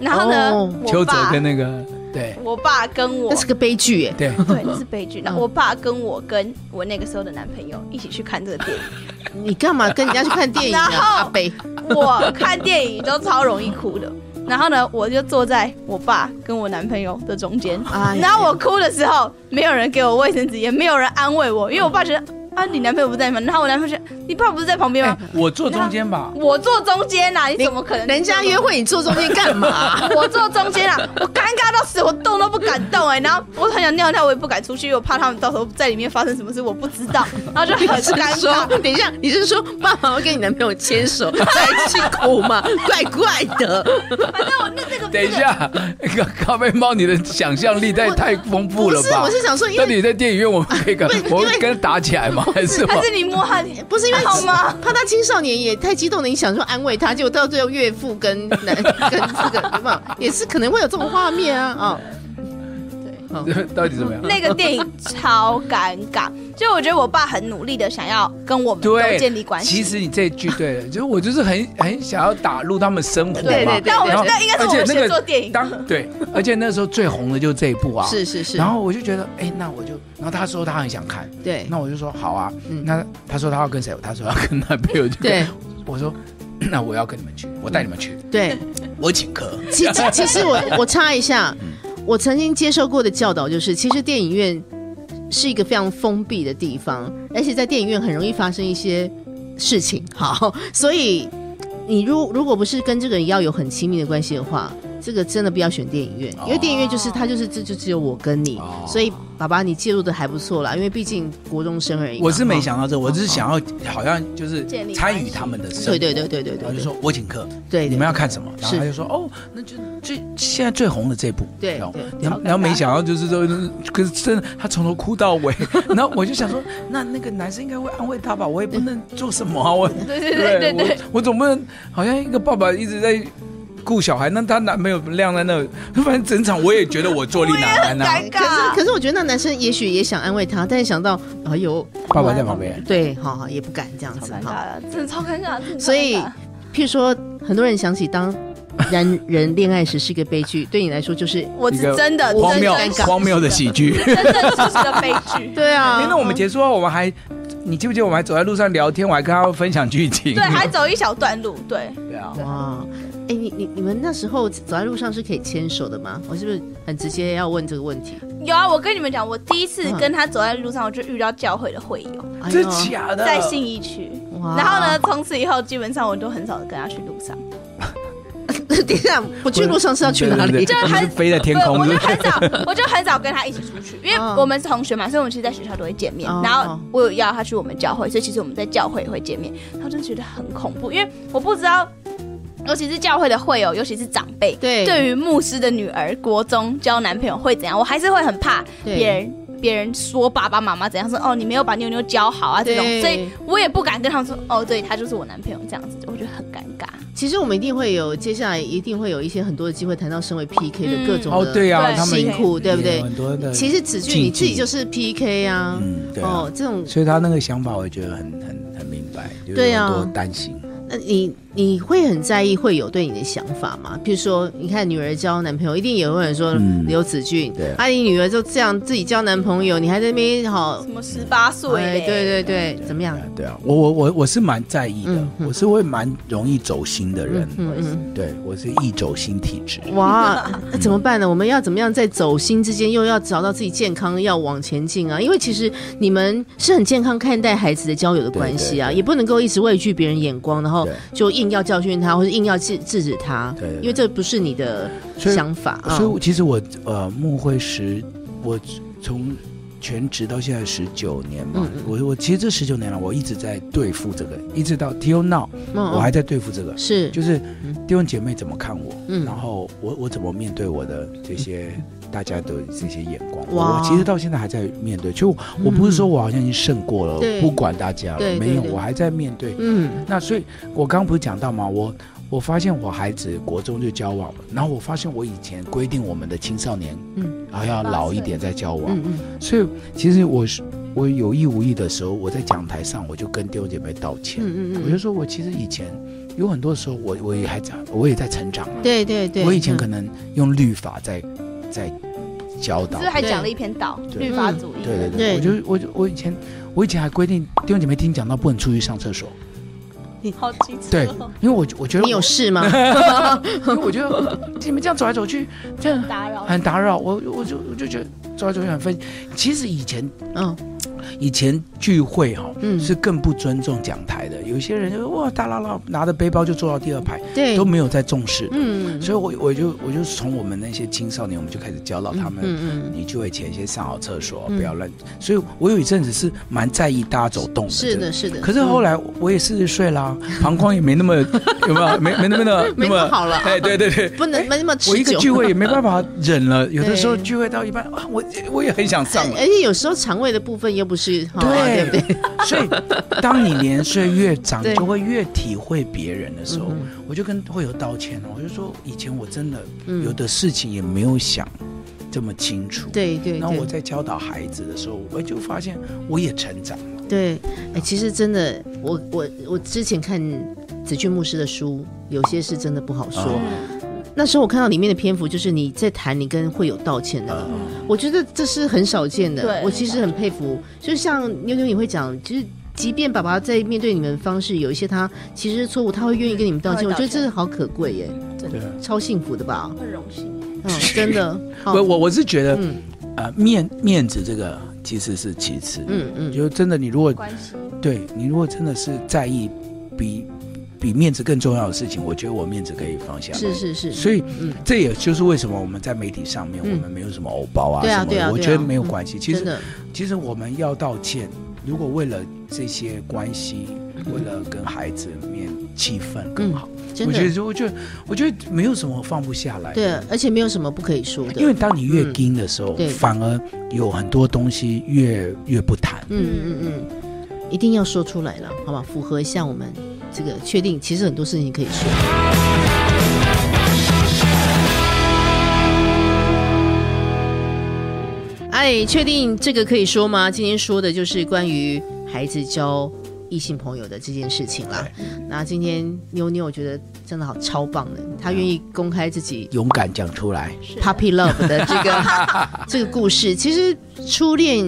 Speaker 2: 然后呢，
Speaker 1: 哦
Speaker 2: 我爸，
Speaker 3: 那个对
Speaker 2: 我爸跟我
Speaker 1: 那是个悲剧耶。
Speaker 3: 对，
Speaker 2: 对，这是悲剧。然后
Speaker 1: 嗯
Speaker 2: 我爸跟我跟我那个时候的男朋友一起去看这个电影。
Speaker 1: 你干嘛跟人家去看电影啊？
Speaker 2: 然后
Speaker 1: 阿北，
Speaker 2: 我看电影都超容易哭的。然后呢，我就坐在我爸跟我男朋友的中间。
Speaker 1: 哎呀
Speaker 2: 然后我哭的时候，没有人给我卫生纸，也没有人安慰我，因为我爸觉得啊，你男朋友不在吗？然后我男朋友说，你爸不是在旁边吗？
Speaker 3: 我坐中间吧。
Speaker 2: 我坐中间呐、你怎么可能？
Speaker 1: 人家约。哎会你坐中间干嘛？
Speaker 2: 我坐中间啊，我尴尬到死，我动都不敢动哎、然后我很想尿尿，我也不敢出去，因为我怕他们到时候在里面发生什么事，我不知道，然后就很
Speaker 1: 你是
Speaker 2: 尴
Speaker 1: 说
Speaker 2: 尬。，
Speaker 1: 等一下，你是说爸爸会跟你男朋友牵 手在一起哭吗？怪怪的，
Speaker 2: 反正我那 这个
Speaker 4: 等一，下，那个咖啡猫，你的想象力太太丰富
Speaker 1: 不
Speaker 4: 了
Speaker 1: 是，
Speaker 4: 吧
Speaker 1: 我？是想说，因
Speaker 4: 到
Speaker 1: 为
Speaker 4: 底在电影院我们可以跟
Speaker 1: 不因为
Speaker 4: 我们跟他打起来吗？
Speaker 3: 还是
Speaker 2: 还
Speaker 3: 我
Speaker 2: 是你摸他脸
Speaker 1: 不是因为
Speaker 2: 好吗？
Speaker 1: 怕他青少年也太激动了，你想说安慰他，结果到最后岳父跟男 跟这个有没有也是可能会有这种画面啊啊、
Speaker 2: 对，
Speaker 1: 哦
Speaker 3: 到底怎么样？
Speaker 2: 那个电影超尴尬，就我觉得我爸很努力的想要跟我们都
Speaker 3: 对，
Speaker 2: 建立关系。
Speaker 3: 其实你这一句对了， 就是我就是很很想要打入他们生活嘛。
Speaker 1: 对对对
Speaker 2: 但我们
Speaker 3: 然后
Speaker 2: 那应该是我
Speaker 3: 而
Speaker 2: 们
Speaker 3: 且
Speaker 2: 先
Speaker 3: 那
Speaker 2: 做
Speaker 3: 个
Speaker 2: 电影，
Speaker 3: 当对，而且那时候最红的就是这一部啊。。
Speaker 1: 是是是，
Speaker 3: 然后我就觉得，哎，那我就，然后他说他很想看，
Speaker 1: 对
Speaker 3: 那我就说好啊。
Speaker 1: 嗯
Speaker 3: 那他说他要跟谁？他说要跟男朋友去。
Speaker 1: 对，
Speaker 3: 我说 那我要跟你们去，我带你们去，
Speaker 1: 对，
Speaker 3: 我请客。
Speaker 1: 其其其实我我插一下，
Speaker 3: 嗯
Speaker 1: 我曾经接受过的教导就是，其实电影院是一个非常封闭的地方，而且在电影院很容易发生一些事情。好，所以你如如果不是跟这个人要有很亲密的关系的话，这个真的不要选电影院，因为电影院就是它就是这就只有我跟你，
Speaker 3: 哦
Speaker 1: 所以爸爸你介入的还不错啦，因为毕竟国中生而已嘛。
Speaker 3: 我是没
Speaker 1: 哈，
Speaker 3: 想到这，我只是想要好像就是
Speaker 2: 建立
Speaker 3: 参与他们的生活。
Speaker 1: 对对对对对
Speaker 3: 然
Speaker 1: 对
Speaker 3: 后就
Speaker 1: 对
Speaker 3: 说我请客，
Speaker 1: 对，
Speaker 3: 你们要看什么？然后
Speaker 1: 是
Speaker 3: 他就说哦，那就最现在最红的这部，
Speaker 1: 对
Speaker 3: 然后
Speaker 1: 对
Speaker 3: 然后然后没想到就是说，可是真的他从头哭到 尾，然后我就想说，那那个男生应该会安慰他吧，我也不能做什么 啊，我
Speaker 2: 对对对对对，
Speaker 3: 我我总不能好像一个爸爸一直在顾小孩，那她男朋友晾在那，反正整场我也觉得我坐立难安啊
Speaker 2: 尴，
Speaker 1: 可是，
Speaker 2: 尬。
Speaker 1: 可是我觉得那男生也许也想安慰他，但是想到，哎呦，
Speaker 3: 爸爸在旁边，
Speaker 1: 对，好好也不敢这样
Speaker 2: 超
Speaker 1: 子
Speaker 2: 尴尬
Speaker 1: 哈。
Speaker 2: 的，真的超尴尬。真的超尴尬
Speaker 1: 所以，譬如说，很多人想起当男人恋爱时是一个悲 剧，对你来说就是
Speaker 2: 我是真的
Speaker 3: 荒谬
Speaker 2: 真真
Speaker 3: 荒谬的喜剧。
Speaker 2: 真真实实的悲剧。
Speaker 1: 对啊
Speaker 3: 哎，那我们结束后，我们还，你记不记得我们还走在路上聊天，我还跟他分享剧情？
Speaker 2: 对，还走一小段路，对，
Speaker 3: 对啊，
Speaker 1: 哇，哎，你你你们那时候走在路上是可以牵手的吗？我是不是很直接要问这个问题？
Speaker 2: 有啊，我跟你们讲，我第一次跟他走在路上，我就遇到教会的会友，
Speaker 1: 哎
Speaker 3: 真
Speaker 1: 呦
Speaker 3: 假的？
Speaker 2: 在信义区。
Speaker 1: 哇
Speaker 2: 然后呢，？从此以后，基本上我都很少跟他去路上，
Speaker 1: 等一下，我去路上是要去哪
Speaker 3: 对对
Speaker 1: 里
Speaker 3: 对？
Speaker 2: 就是
Speaker 3: 你
Speaker 2: 很
Speaker 3: 是飞在天
Speaker 2: 不
Speaker 3: 空，
Speaker 2: 我
Speaker 3: 是
Speaker 2: 就
Speaker 3: 不是
Speaker 2: 很少，我就很少跟他一起出去，因为
Speaker 1: 哦
Speaker 2: 我们是同学嘛，所以我们其实在学校都会见面。
Speaker 1: 哦
Speaker 2: 然后我有邀他去我们教会，所以其实我们在教会也会见面。然后真的觉得很恐怖，因为我不知道，尤其是教会的会友，尤其是长辈，
Speaker 1: 对
Speaker 2: 对于牧师的女儿国中交男朋友会怎样，我还是会很怕
Speaker 1: 对
Speaker 2: 别人。别人说爸爸妈妈怎样说哦，你没有把妞妞教好啊，这种，
Speaker 1: 对
Speaker 2: 所以我也不敢跟他们说哦，对他就是我男朋友这样子，我觉得很尴尬。
Speaker 1: 其实我们一定会有，接下来一定会有一些很多的机会谈到身为 PK 的各种
Speaker 3: 哦，
Speaker 1: 的
Speaker 3: 对啊，
Speaker 2: 对
Speaker 3: 他们
Speaker 1: 辛苦，对不
Speaker 3: 有
Speaker 1: 对？
Speaker 3: 很多的，
Speaker 1: 其实子俊
Speaker 3: 禁忌
Speaker 1: 你自己就是 PK 啊，
Speaker 3: 嗯，对啊
Speaker 1: 哦，，这种
Speaker 3: 所以他那个想法，我觉得很很很明白，就是
Speaker 1: 对啊
Speaker 3: 有多担心。
Speaker 1: 那你你会很在意会有对你的想法吗？比如说，你看女儿交男朋友，一定也会有人说
Speaker 3: 嗯
Speaker 1: 刘子俊，
Speaker 3: 对
Speaker 1: 啊，你女儿就这样自己交男朋友，你还在那边好，
Speaker 2: 什么十八岁
Speaker 1: 哦哎
Speaker 2: 嘞，
Speaker 1: 对对对，怎么样？
Speaker 3: 对啊，我我我我是蛮在意的
Speaker 1: 嗯，嗯
Speaker 3: 我是会蛮容易走心的人，
Speaker 1: 嗯嗯
Speaker 3: 对我是易走心体质。
Speaker 1: 哇， 那怎么办呢？我们要怎么样在走心之间，又要找到自己健康，要往前进啊？因为其实你们是很健康看待孩子的交友的关系啊，
Speaker 3: 对对对
Speaker 1: 也不能够一直畏惧别人眼光，然后
Speaker 3: 对
Speaker 1: 就硬要教训他，或者硬要制制止他，
Speaker 3: 对对对
Speaker 1: 因为这不是你的
Speaker 3: 所以
Speaker 1: 想法啊。
Speaker 3: 所以其实我呃，幕会时，我从全职到现在十九年嘛，
Speaker 1: 嗯嗯
Speaker 3: 我我其实这十九年了，我一直在对付这个，一直到 till now，、
Speaker 1: 嗯
Speaker 3: 我还在对付这个，
Speaker 1: 是
Speaker 3: 就是
Speaker 1: 嗯
Speaker 3: 弟兄姐妹怎么看我，
Speaker 1: 嗯
Speaker 3: 然后我我怎么面对我的这些。大家的这些眼光，
Speaker 1: 哇
Speaker 3: 我其实到现在还在面对，就我不是说我好像已经胜过了，
Speaker 1: 对
Speaker 3: 不管大家
Speaker 1: 对
Speaker 3: 了，
Speaker 1: 对
Speaker 3: 没有，
Speaker 1: 对
Speaker 3: 我还在面对。
Speaker 1: 嗯，
Speaker 3: 那所以，我刚不是讲到吗？我我发现我孩子国中就交往了，然后我发现我以前规定我们的青少年，
Speaker 1: 嗯
Speaker 3: 嗯，还要老一点再交往。
Speaker 1: 嗯嗯，
Speaker 3: 所以其实我是我有意无意的时候，我在讲台上我就跟弟兄姐妹道歉，
Speaker 1: 嗯嗯嗯
Speaker 3: 我就说我其实以前有很多时候我我也还在，我也在成长嘛。
Speaker 1: 对对对，
Speaker 3: 我以
Speaker 1: 嗯
Speaker 3: 前可能用律法在在教导
Speaker 2: 是不，是还讲了一篇道
Speaker 3: 对
Speaker 2: 律法主义？
Speaker 3: 对对
Speaker 1: 对
Speaker 3: 对，我就我就我以前我以前还规定弟兄姐妹听讲到不能出去上厕所，
Speaker 2: 好机车
Speaker 3: 对，因为我我觉得
Speaker 1: 哦你有
Speaker 3: 我
Speaker 1: 事 吗？
Speaker 3: 因为我觉得 你们这样走来走去，这样
Speaker 2: 打扰。
Speaker 1: 哎
Speaker 3: 很打扰我，我就我就觉得走来走去很分。其实以前
Speaker 1: 嗯，
Speaker 3: 以前聚会哈、哦，
Speaker 1: 嗯
Speaker 3: 是更不尊重讲台的。有些人就哇大啦啦拿着背包就坐到第二排，
Speaker 1: 对
Speaker 3: 都，没有在重视。
Speaker 1: 嗯
Speaker 3: 所以我我就我就从我们那些青少年，我们就开始教导他们。
Speaker 1: 嗯嗯，
Speaker 3: 你聚会前先上好厕所，
Speaker 1: 嗯
Speaker 3: 不要乱。所以，我有一阵子是蛮在意大家走动的。
Speaker 1: 是的，是的。
Speaker 3: 可是后来我我也四十岁啦，膀胱也 没那么有没有没没那么的
Speaker 1: 没那么好了
Speaker 3: 哎，对对对
Speaker 1: 嗯，不能没那么持久。
Speaker 3: 我一个聚会也没 办法忍了，有的时候
Speaker 1: 对哎
Speaker 3: 聚会到一半，啊我我也很想上
Speaker 1: 而
Speaker 3: 了。
Speaker 1: 而且有时候肠胃的部分又不是哈，对不
Speaker 3: 对
Speaker 1: 啊对？
Speaker 3: 所以当你年岁越长，
Speaker 1: 对
Speaker 3: 就会越体会别人的时候
Speaker 1: 嗯，
Speaker 3: 我就跟会有道歉哦了。我就说以前我真的
Speaker 1: 嗯
Speaker 3: 有的事情也没有想这么清楚。
Speaker 1: 对对
Speaker 3: 然后我
Speaker 1: 对
Speaker 3: 在教导孩子的时候，我就发现我也成长了。
Speaker 1: 对，哎，其实真的，我我我之前看子俊牧师的书，有些是真的不好
Speaker 3: 哦
Speaker 1: 说。那时候我看到里面的篇幅，就是你在谈你跟会有道歉的人，
Speaker 3: 嗯
Speaker 1: 我觉得这是很少见的
Speaker 2: 对。
Speaker 1: 我其实很佩服，就像妞妞也会讲，就是。即便爸爸在面对你们的方式有一些他其实是错误，他会愿意跟你们道歉，
Speaker 2: 他会
Speaker 1: 我觉
Speaker 2: 道歉
Speaker 1: 得这是好可贵耶，
Speaker 3: 对啊，
Speaker 1: 超幸福的吧？
Speaker 2: 很荣幸，
Speaker 1: 嗯，真 的。好
Speaker 3: 我我我是觉得，
Speaker 1: 嗯
Speaker 3: 呃，面面子这个其实是其次。
Speaker 1: 嗯嗯，
Speaker 3: 就真的，你如果
Speaker 2: 关系
Speaker 3: 对你如果真的是在意比比面子更重要的事情，我觉得我面子可以放下。
Speaker 1: 是是是，
Speaker 3: 所以
Speaker 1: 嗯，
Speaker 3: 这也就是为什么我们在媒体上面，
Speaker 1: 嗯
Speaker 3: 我们没有什么偶包啊
Speaker 1: 对啊
Speaker 3: 什么
Speaker 1: 对啊对啊
Speaker 3: 的，我觉得没有关系。其
Speaker 1: 真
Speaker 3: 实，
Speaker 1: 的，
Speaker 3: 其实我们要道歉，如果为了这些关系，
Speaker 1: 嗯
Speaker 3: 为了跟孩子面气氛更好，
Speaker 1: 真
Speaker 3: 我觉
Speaker 1: 的，
Speaker 3: 得，我觉得，我觉得没有什么放不下来。
Speaker 1: 对，而且没有什么不可以说的，
Speaker 3: 因为当你越
Speaker 1: 嗯
Speaker 3: 盯的时候
Speaker 1: 对，
Speaker 3: 反而有很多东西越越不谈。
Speaker 1: 嗯嗯嗯，一定要说出来了，好吧？符合一下我们这个确定，其实很多事情可以说。哎，确定这个可以说吗？今天说的就是关于孩子交异性朋友的这件事情啦。那今天妞妞，我觉得真的好超棒的，她愿意公开自己
Speaker 3: 勇敢讲出来，
Speaker 2: 是
Speaker 1: Puppy Love 的这个这个故事，其实初恋，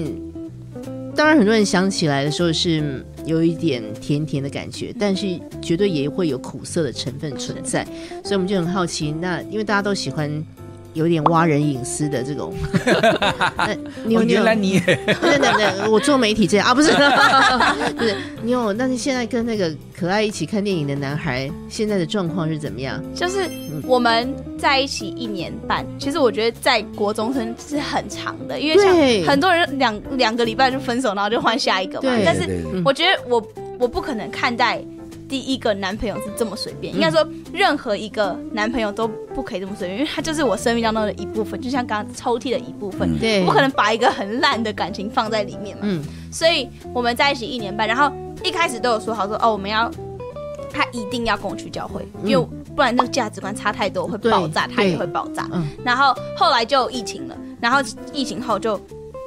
Speaker 1: 当然很多人想起来的时候是有一点甜甜的感觉，但是绝对也会有苦涩的成分存在，所以我们就很好奇，那因为大家都喜欢。有点挖人隐私的这种，那你有
Speaker 3: 哦
Speaker 1: 你有
Speaker 3: 原来你也
Speaker 1: 那那那，我做媒体这样啊，不是不是，你有那你现在跟那个可爱一起看电影的男孩，现在的状况是怎么样？
Speaker 2: 就是我们在一起一年半，
Speaker 1: 嗯
Speaker 2: 其实我觉得在国中生是很长的，因为
Speaker 1: 对
Speaker 2: 像很多人两两个礼拜就分手，然后就换下一个嘛
Speaker 1: 对。
Speaker 2: 但是
Speaker 3: 对对对
Speaker 1: 嗯
Speaker 2: 我觉得我我不可能看待第一个男朋友是这么随
Speaker 1: 嗯
Speaker 2: 便，应该说任何一个男朋友都不可以这么随便，因为他就是我生命当中的一部分，就像刚刚抽屉的一部分，
Speaker 3: 嗯
Speaker 1: 对，
Speaker 2: 我不可能把一个很烂的感情放在里面嘛。
Speaker 1: 嗯
Speaker 2: 所以我们在一起一年半，然后一开始都有说好说哦，我们要他一定要跟我去教会，因为不然那个价值观差太多会爆炸，
Speaker 1: 对
Speaker 2: 他也会爆炸。
Speaker 1: 嗯
Speaker 2: 然后后来就疫情了，然后疫情后就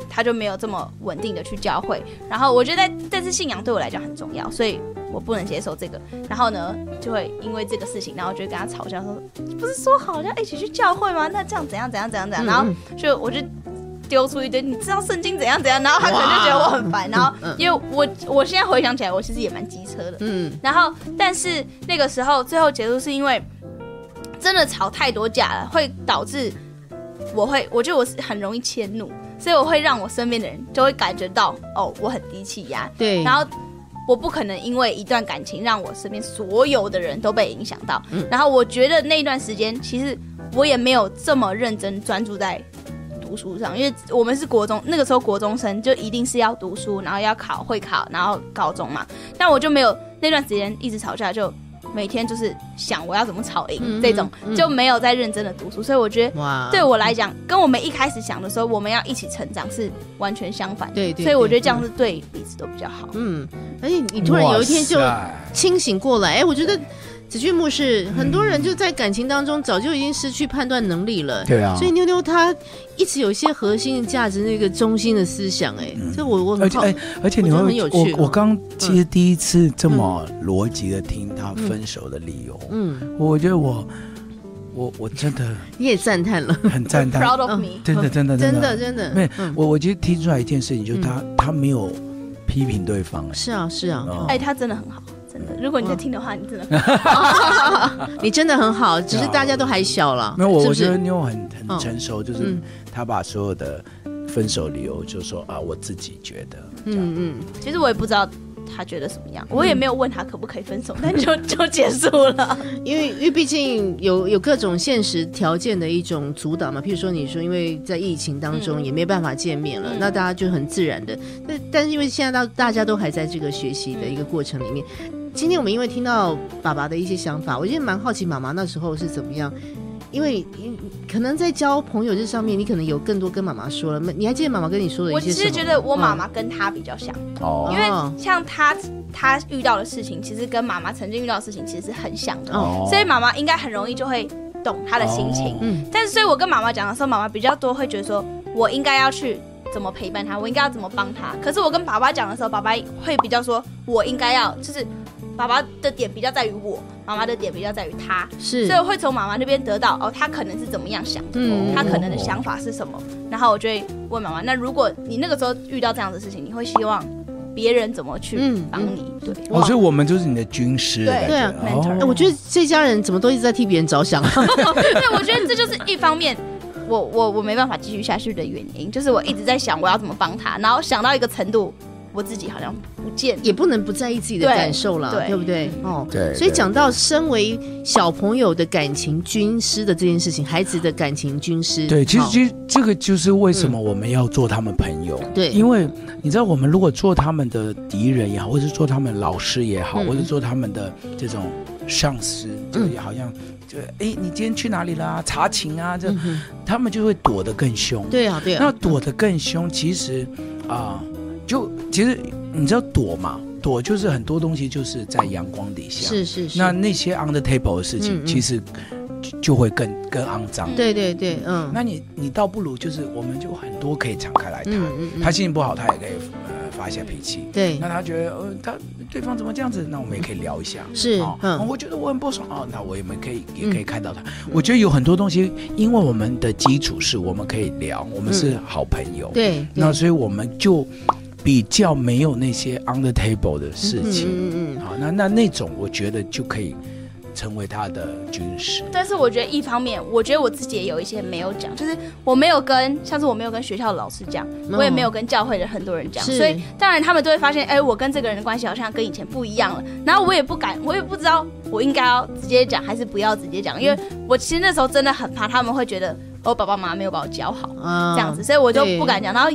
Speaker 2: 他就没有这么稳定的去教会。然后我觉得这次信仰对我来讲很重要，所以我不能接受这个。然后呢，就会因为这个事情，然后就跟他吵架说，不是说好要一起去教会吗？那这样怎样怎样怎样怎样？
Speaker 1: 嗯
Speaker 2: 然后
Speaker 1: 嗯
Speaker 2: 就我就丢出一堆，你知道圣经怎样怎样，然后他可能就觉得我很烦，然后
Speaker 1: 嗯
Speaker 2: 因为我我现在回想起来，我其实也蛮机车的，
Speaker 1: 嗯，
Speaker 2: 然后但是那个时候最后结束是因为真的吵太多架了，会导致我会我觉得我是很容易迁怒，所以我会让我身边的人就会感觉到哦我很低气压，
Speaker 1: 对，
Speaker 2: 然后我不可能因为一段感情让我身边所有的人都被影响到。
Speaker 1: 嗯
Speaker 2: 然后我觉得那段时间，其实我也没有这么认真专注在读书上，因为我们是国中，那个时候国中生就一定是要读书，然后要考会考，然后高中嘛。但我就没有那段时间一直吵架，就每天就是想我要怎么吵赢、
Speaker 1: 嗯
Speaker 2: 这种
Speaker 1: 嗯，
Speaker 2: 就没有在认真的读书。所以我觉得。
Speaker 1: 哇，
Speaker 2: 对我来讲，跟我们一开始想的时候，我们要一起成长是完全相反的，
Speaker 1: 对嗯对
Speaker 2: 所以我觉得
Speaker 1: 对
Speaker 2: 这样是对彼此都比较好。
Speaker 1: 嗯，而且你突然有一天就
Speaker 3: 哇塞
Speaker 1: 清醒过来，哎，我觉得子俊牧师，很多人就在感情当中早就已经失去判断能力了。
Speaker 3: 对啊
Speaker 1: 所以妞妞她一直有一些核心的价值，那个中心的思想，哎，这我我
Speaker 3: 而
Speaker 1: 很
Speaker 3: 且
Speaker 1: 好，
Speaker 3: 哎，而且你
Speaker 1: 我觉得
Speaker 3: 会
Speaker 1: 很有，
Speaker 3: 我
Speaker 1: 趣
Speaker 3: 我
Speaker 1: 嗯
Speaker 3: 刚其实第一次这么逻辑的听他分手的理由，
Speaker 1: 嗯，
Speaker 3: 我觉得我我我真的
Speaker 1: 你也赞叹了，
Speaker 3: 很赞叹，
Speaker 2: proud of
Speaker 1: 嗯
Speaker 2: me，、
Speaker 3: 真的真的
Speaker 1: 真的
Speaker 3: 的，
Speaker 1: 真的，
Speaker 3: 没有
Speaker 1: 嗯，
Speaker 3: 我我其实听出来一件事情，就是
Speaker 1: 嗯
Speaker 3: 他他没有批评对方，哎
Speaker 1: 是啊是啊，
Speaker 3: 哦
Speaker 2: 哎、他真的很好，真的。如果你在听的话，你真的很
Speaker 1: 嗯
Speaker 2: 好
Speaker 1: 你真的很好，只是
Speaker 3: 对啊
Speaker 1: 大家都还小了，
Speaker 3: 没有我
Speaker 1: 是不
Speaker 3: 我觉得
Speaker 1: 是？
Speaker 3: 妞很
Speaker 1: 嗯
Speaker 3: 很成熟，就是
Speaker 1: 嗯
Speaker 3: 他把所有的分手理由就说啊我自己觉得，嗯，
Speaker 1: 嗯嗯，
Speaker 2: 其实我也不知道他觉得什么样，我也没有问他可不可以分手，但就 就结束了。
Speaker 1: 因为因为毕竟有有各种现实条件的一种阻挡嘛，譬如说你说因为在疫情当中
Speaker 2: 嗯
Speaker 1: 也没办法见面了，
Speaker 2: 嗯
Speaker 1: 那大家就很自然的，但但是因为现在到大家都还在这个学习的一个过程里面，今天我们因为听到爸爸的一些想法，我觉得蛮好奇妈妈那时候是怎么样，因为你可能在交朋友这上面，你可能有更多跟妈妈说了。你还记得妈妈跟你说的一
Speaker 2: 我
Speaker 1: 些
Speaker 2: 只
Speaker 1: 什么吗？
Speaker 2: 是觉得我妈
Speaker 1: 嗯
Speaker 2: 妈跟她比较像，
Speaker 1: 哦
Speaker 2: 因
Speaker 4: 哦
Speaker 2: 为像她她遇到的事情，其实跟妈妈曾经遇到的事情其实是很像的，
Speaker 1: 哦，
Speaker 2: 所以妈妈应该很容易就会懂她的心情。
Speaker 1: 嗯，
Speaker 2: 但是，所以我跟妈妈讲的时候，妈妈比较多会觉得说，我应该要去怎么陪伴她，我应该要怎么帮她。可是我跟爸爸讲的时候，爸爸会比较说，我应该要就是爸爸的点比较在于我，妈妈的点比较在于他，
Speaker 1: 是
Speaker 2: 所以我会从妈妈那边得到哦，她可能是怎么样想的，
Speaker 1: 嗯
Speaker 2: 她可能的想法是什么。然后我就会问妈妈，那如果你那个时候遇到这样的事情，你会希望别人怎么去
Speaker 1: 嗯
Speaker 2: 帮你？对。
Speaker 1: 哇
Speaker 4: 哦，所以我们就是你的军师的
Speaker 2: 对
Speaker 4: 感觉
Speaker 1: 对啊
Speaker 4: 哦
Speaker 2: mentor
Speaker 1: 哎我觉得这家人怎么都一直在替别人着想啊？
Speaker 2: 哦对，我觉得这就是一方面，我我我没办法继续下去的原因，就是我一直在想我要怎么帮他，然后想到一个程度，我自己好像不见
Speaker 1: 也不能不在意自己的
Speaker 2: 对
Speaker 1: 感受啦，
Speaker 2: 对嗯
Speaker 1: 对不对？哦，
Speaker 4: 对
Speaker 1: 所以
Speaker 4: 对
Speaker 1: 讲到身为小朋友的感情军师的这件事情，孩子的感情军师，
Speaker 3: 对，
Speaker 4: 其实
Speaker 1: 哦
Speaker 4: 其实这个就是为什么我们要做他们朋友，
Speaker 1: 嗯对，
Speaker 3: 因为你知道，我们如果做他们的敌人也好，或者是做他们老师也好，
Speaker 1: 嗯
Speaker 3: 或者做他们的这种上司，就
Speaker 1: 嗯
Speaker 3: 也好像就哎，你今天去哪里啦、查寝啊，这、
Speaker 1: 嗯哼
Speaker 3: 他们就会躲得更凶。
Speaker 1: 对啊，对啊，
Speaker 3: 那躲得更凶，其实啊、就其实你知道躲嘛，躲就是很多东西就是在阳光底下。
Speaker 1: 是是是，
Speaker 3: 那那些 on the table 的事情，
Speaker 1: 嗯嗯
Speaker 3: 其实就就会更更肮脏。
Speaker 1: 对对对，嗯，
Speaker 3: 那你你倒不如就是我们就很多可以敞开来谈。
Speaker 1: 嗯嗯嗯，
Speaker 3: 他心情不好，他也可以呃发一下脾气。
Speaker 1: 对
Speaker 3: 那他觉得呃他对方怎么这样子，那我们也可以聊一下。
Speaker 1: 是
Speaker 3: 哦，
Speaker 1: 嗯
Speaker 3: 我觉得我很不爽哦，那我也没可以也可以看到他。我觉得有很多东西，因为我们的基础是我们可以聊，我们是好朋友。
Speaker 1: 对，
Speaker 3: 那
Speaker 1: 对
Speaker 3: 所以我们就比较没有那些 on the table 的事情。
Speaker 1: 嗯嗯嗯
Speaker 3: 好，那那那种我觉得就可以成为他的军师。
Speaker 2: 但是我觉得一方面，我觉得我自己也有一些没有讲，就是我没有跟，像是我没有跟学校的老师讲，
Speaker 1: 嗯，
Speaker 2: 我也没有跟教会的很多人讲，
Speaker 1: 是
Speaker 2: 所以当然他们都会发现，哎，我跟这个人的关系好像跟以前不一样了。然后我也不敢，我也不知道我应该要直接讲还是不要直接讲，因为我其实那时候真的很怕他们会觉得，哦，爸爸妈妈没有把我教好。
Speaker 1: 啊
Speaker 2: 这样子，，所以我就不敢讲。然后，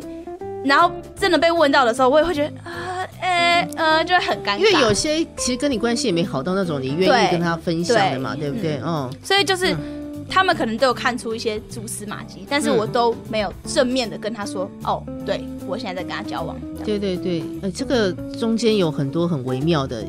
Speaker 2: 然后真的被问到的时候，我也会觉得啊，哎、呃，就会很尴尬。
Speaker 1: 因为有些其实跟你关系也没好到那种你愿意
Speaker 2: 对
Speaker 1: 跟他分享的嘛，对
Speaker 2: 对
Speaker 1: 不对？嗯，嗯
Speaker 2: 所以就是、他们可能都有看出一些蛛丝马迹，但是我都没有正面的跟他说，哦，对我现在在跟他交往。这样
Speaker 1: 对对对，呃，这个中间有很多很微妙的，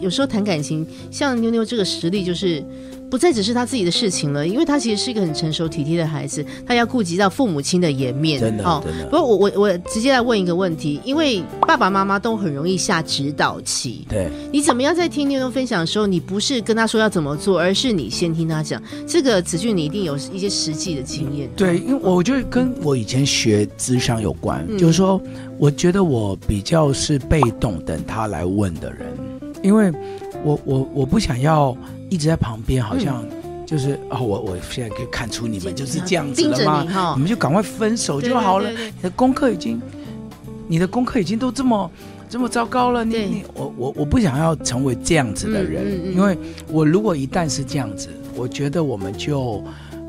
Speaker 1: 有时候谈感情，像妞妞这个实力就是。不再只是她自己的事情了，因为她其实是一个很成熟体贴的孩子，她要顾及到父母亲的颜面，
Speaker 3: 真的
Speaker 1: 哦，
Speaker 3: 真的
Speaker 1: 不，我我我直接来问一个问题，因为爸爸妈妈都很容易下指导棋，
Speaker 3: 对，
Speaker 1: 你怎么样在听妞妞分享的时候，你不是跟她说要怎么做，而是你先听她讲。这个子俊，你一定有一些实际的经验。
Speaker 3: 对，因为我觉得跟我以前学智商有关，
Speaker 1: 嗯
Speaker 3: 就是说，我觉得我比较是被动等他来问的人，因为我我我不想要一直在旁边，好像
Speaker 1: 嗯
Speaker 3: 就是、哦，我我现在可以看出你们就是这样子
Speaker 1: 盯着
Speaker 3: 了吗
Speaker 1: 你？哈
Speaker 3: 你，们就赶快分手就好了。
Speaker 1: 对。对对
Speaker 3: 你的功课已经，你的功课已经都这么这么糟糕了，你
Speaker 1: 对
Speaker 3: 你我我我不想要成为这样子的人，
Speaker 1: 嗯嗯嗯
Speaker 3: 因为我如果一旦是这样子，我觉得我们就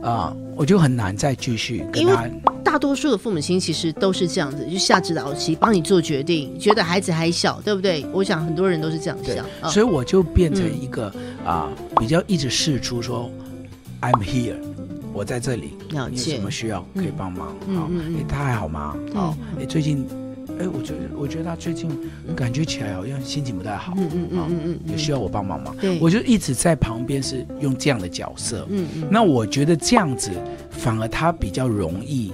Speaker 3: 啊、我就很难再继续跟
Speaker 1: 因为
Speaker 3: 他
Speaker 1: 大多数的父母亲其实都是这样子，就下指导期帮你做决定，觉得孩子还小，对不对？我想很多人都是这样
Speaker 3: 对
Speaker 1: 想。啊。
Speaker 3: 所以我就变成
Speaker 1: 嗯
Speaker 3: 一个啊、比较一直试出说，I'm here，我在这里，
Speaker 1: 了
Speaker 3: 你有
Speaker 1: 解
Speaker 3: 什么需要可以帮忙？好、
Speaker 1: 嗯嗯嗯
Speaker 3: 诶他还好吗？
Speaker 1: 对
Speaker 3: 好、诶最近，哎，我觉得我觉得他最近感觉起来好像心情不太好，
Speaker 1: 嗯嗯嗯
Speaker 3: 好
Speaker 1: 嗯嗯嗯
Speaker 3: 有需要我帮忙吗？
Speaker 1: 对
Speaker 3: 我就一直在旁边是用这样的角色，
Speaker 1: 嗯嗯
Speaker 3: 那我觉得这样子反而他比较容易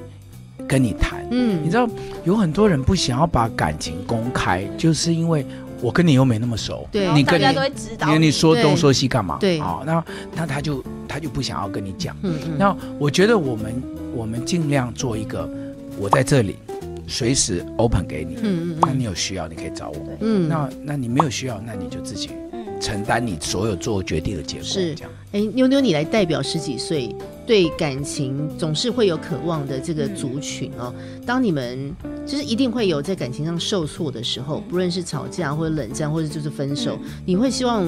Speaker 3: 跟你谈。你
Speaker 1: 嗯，
Speaker 3: 知道有很多人不想要把感情公开，就是因为我跟你又没那么熟，
Speaker 1: 对
Speaker 3: 你
Speaker 2: 大
Speaker 3: 跟
Speaker 2: 家都
Speaker 3: 你
Speaker 2: 会指
Speaker 3: 因
Speaker 2: 导
Speaker 3: 为你说
Speaker 1: 对
Speaker 3: 东说西干嘛？
Speaker 1: 对
Speaker 3: 好、那那他就他就不想要跟你讲。
Speaker 1: 嗯嗯
Speaker 3: 那我觉得我们我们尽量做一个，我在这里，随时 open 给你。
Speaker 1: 嗯嗯
Speaker 3: 那你有需要你可以找我。
Speaker 1: 嗯，
Speaker 3: 那那你没有需要，那你就自己
Speaker 2: 嗯
Speaker 3: 承担你所有做决定的结果。
Speaker 1: 是
Speaker 3: 这样。
Speaker 1: 哎，妞妞，你来代表十几岁对感情总是会有渴望的这个族群哦。当你们就是一定会有在感情上受挫的时候，不论是吵架
Speaker 3: 嗯
Speaker 1: 或者冷战，或者就是分手，你会希望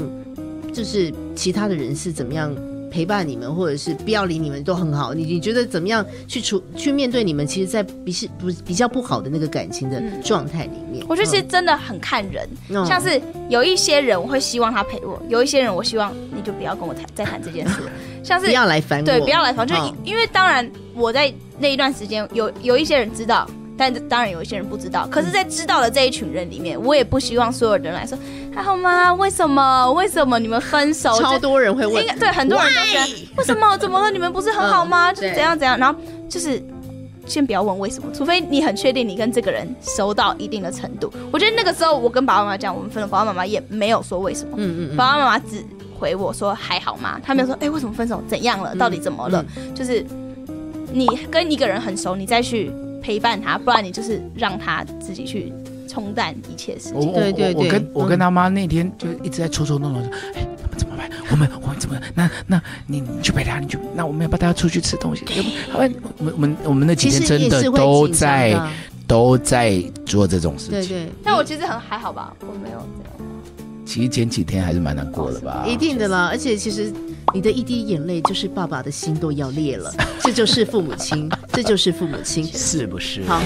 Speaker 1: 就是其他的人是怎么样陪伴你们，或者是不要理你们都很好。你你觉得怎么样去处去面对你们？其实，在比是不比较不好的那个感情的状态里面，
Speaker 2: 嗯我觉得其实真的很看人，
Speaker 1: 嗯
Speaker 2: 像是有一些人我会希望他陪我，有一些人我希望你就不要跟我谈再谈这件 事了，像
Speaker 1: 嗯不
Speaker 2: 是
Speaker 1: 要来烦我，
Speaker 2: 对不要来烦，就是
Speaker 1: 嗯
Speaker 2: 因因为当然我在那一段时间有有一些人知道。但当然有一些人不知道，可是，在知道的这一群人里面，我也不希望所有人来说还好吗？为什么？为什么你们分手？
Speaker 1: 超
Speaker 2: 就
Speaker 1: 多人会问
Speaker 2: 应该，对很多人都觉得为什么？怎么了？你们不是很好吗？
Speaker 1: 嗯
Speaker 2: 就是
Speaker 1: 对
Speaker 2: 怎样怎样？然后就是先不要问为什么，除非你很确定你跟这个人熟到一定的程度。我觉得那个时候我跟爸爸妈妈讲我们分了，爸爸妈妈也没有说为什么，
Speaker 1: 嗯嗯嗯，
Speaker 2: 爸爸妈妈只回我说还好吗？他没有说哎、为什么分手？怎样了？
Speaker 1: 嗯
Speaker 2: 到底怎么了？就是你跟一个人很熟，你再去陪伴他，不然你就是让他自己去冲淡一切事
Speaker 3: 我
Speaker 2: 情。
Speaker 3: 我
Speaker 1: 对对
Speaker 3: 我我
Speaker 1: 对
Speaker 3: 跟我
Speaker 1: 嗯
Speaker 3: 跟他妈那天就一直在戳戳弄弄，说，哎，他们怎么办？我们我们怎么？那那你你去陪他，你去，那我们要不要带他出去吃东西？要不，他们我们我们我们那几
Speaker 1: 哎其
Speaker 3: 天
Speaker 1: 实
Speaker 3: 真
Speaker 1: 也
Speaker 3: 的
Speaker 1: 是会
Speaker 3: 都
Speaker 1: 紧张
Speaker 3: 在
Speaker 1: 的啊，
Speaker 3: 都在做这种事
Speaker 1: 对
Speaker 3: 情。
Speaker 1: 对，
Speaker 2: 但我其实很还好吧，我没有这样。
Speaker 3: 其实前几天还是蛮难过的吧？
Speaker 1: 一定的啦。
Speaker 3: 啊
Speaker 1: 而且其实你的一滴眼泪，就是爸爸的心都要裂 了，这就是父母亲，这就是父母亲。
Speaker 3: 是不是？
Speaker 1: 好，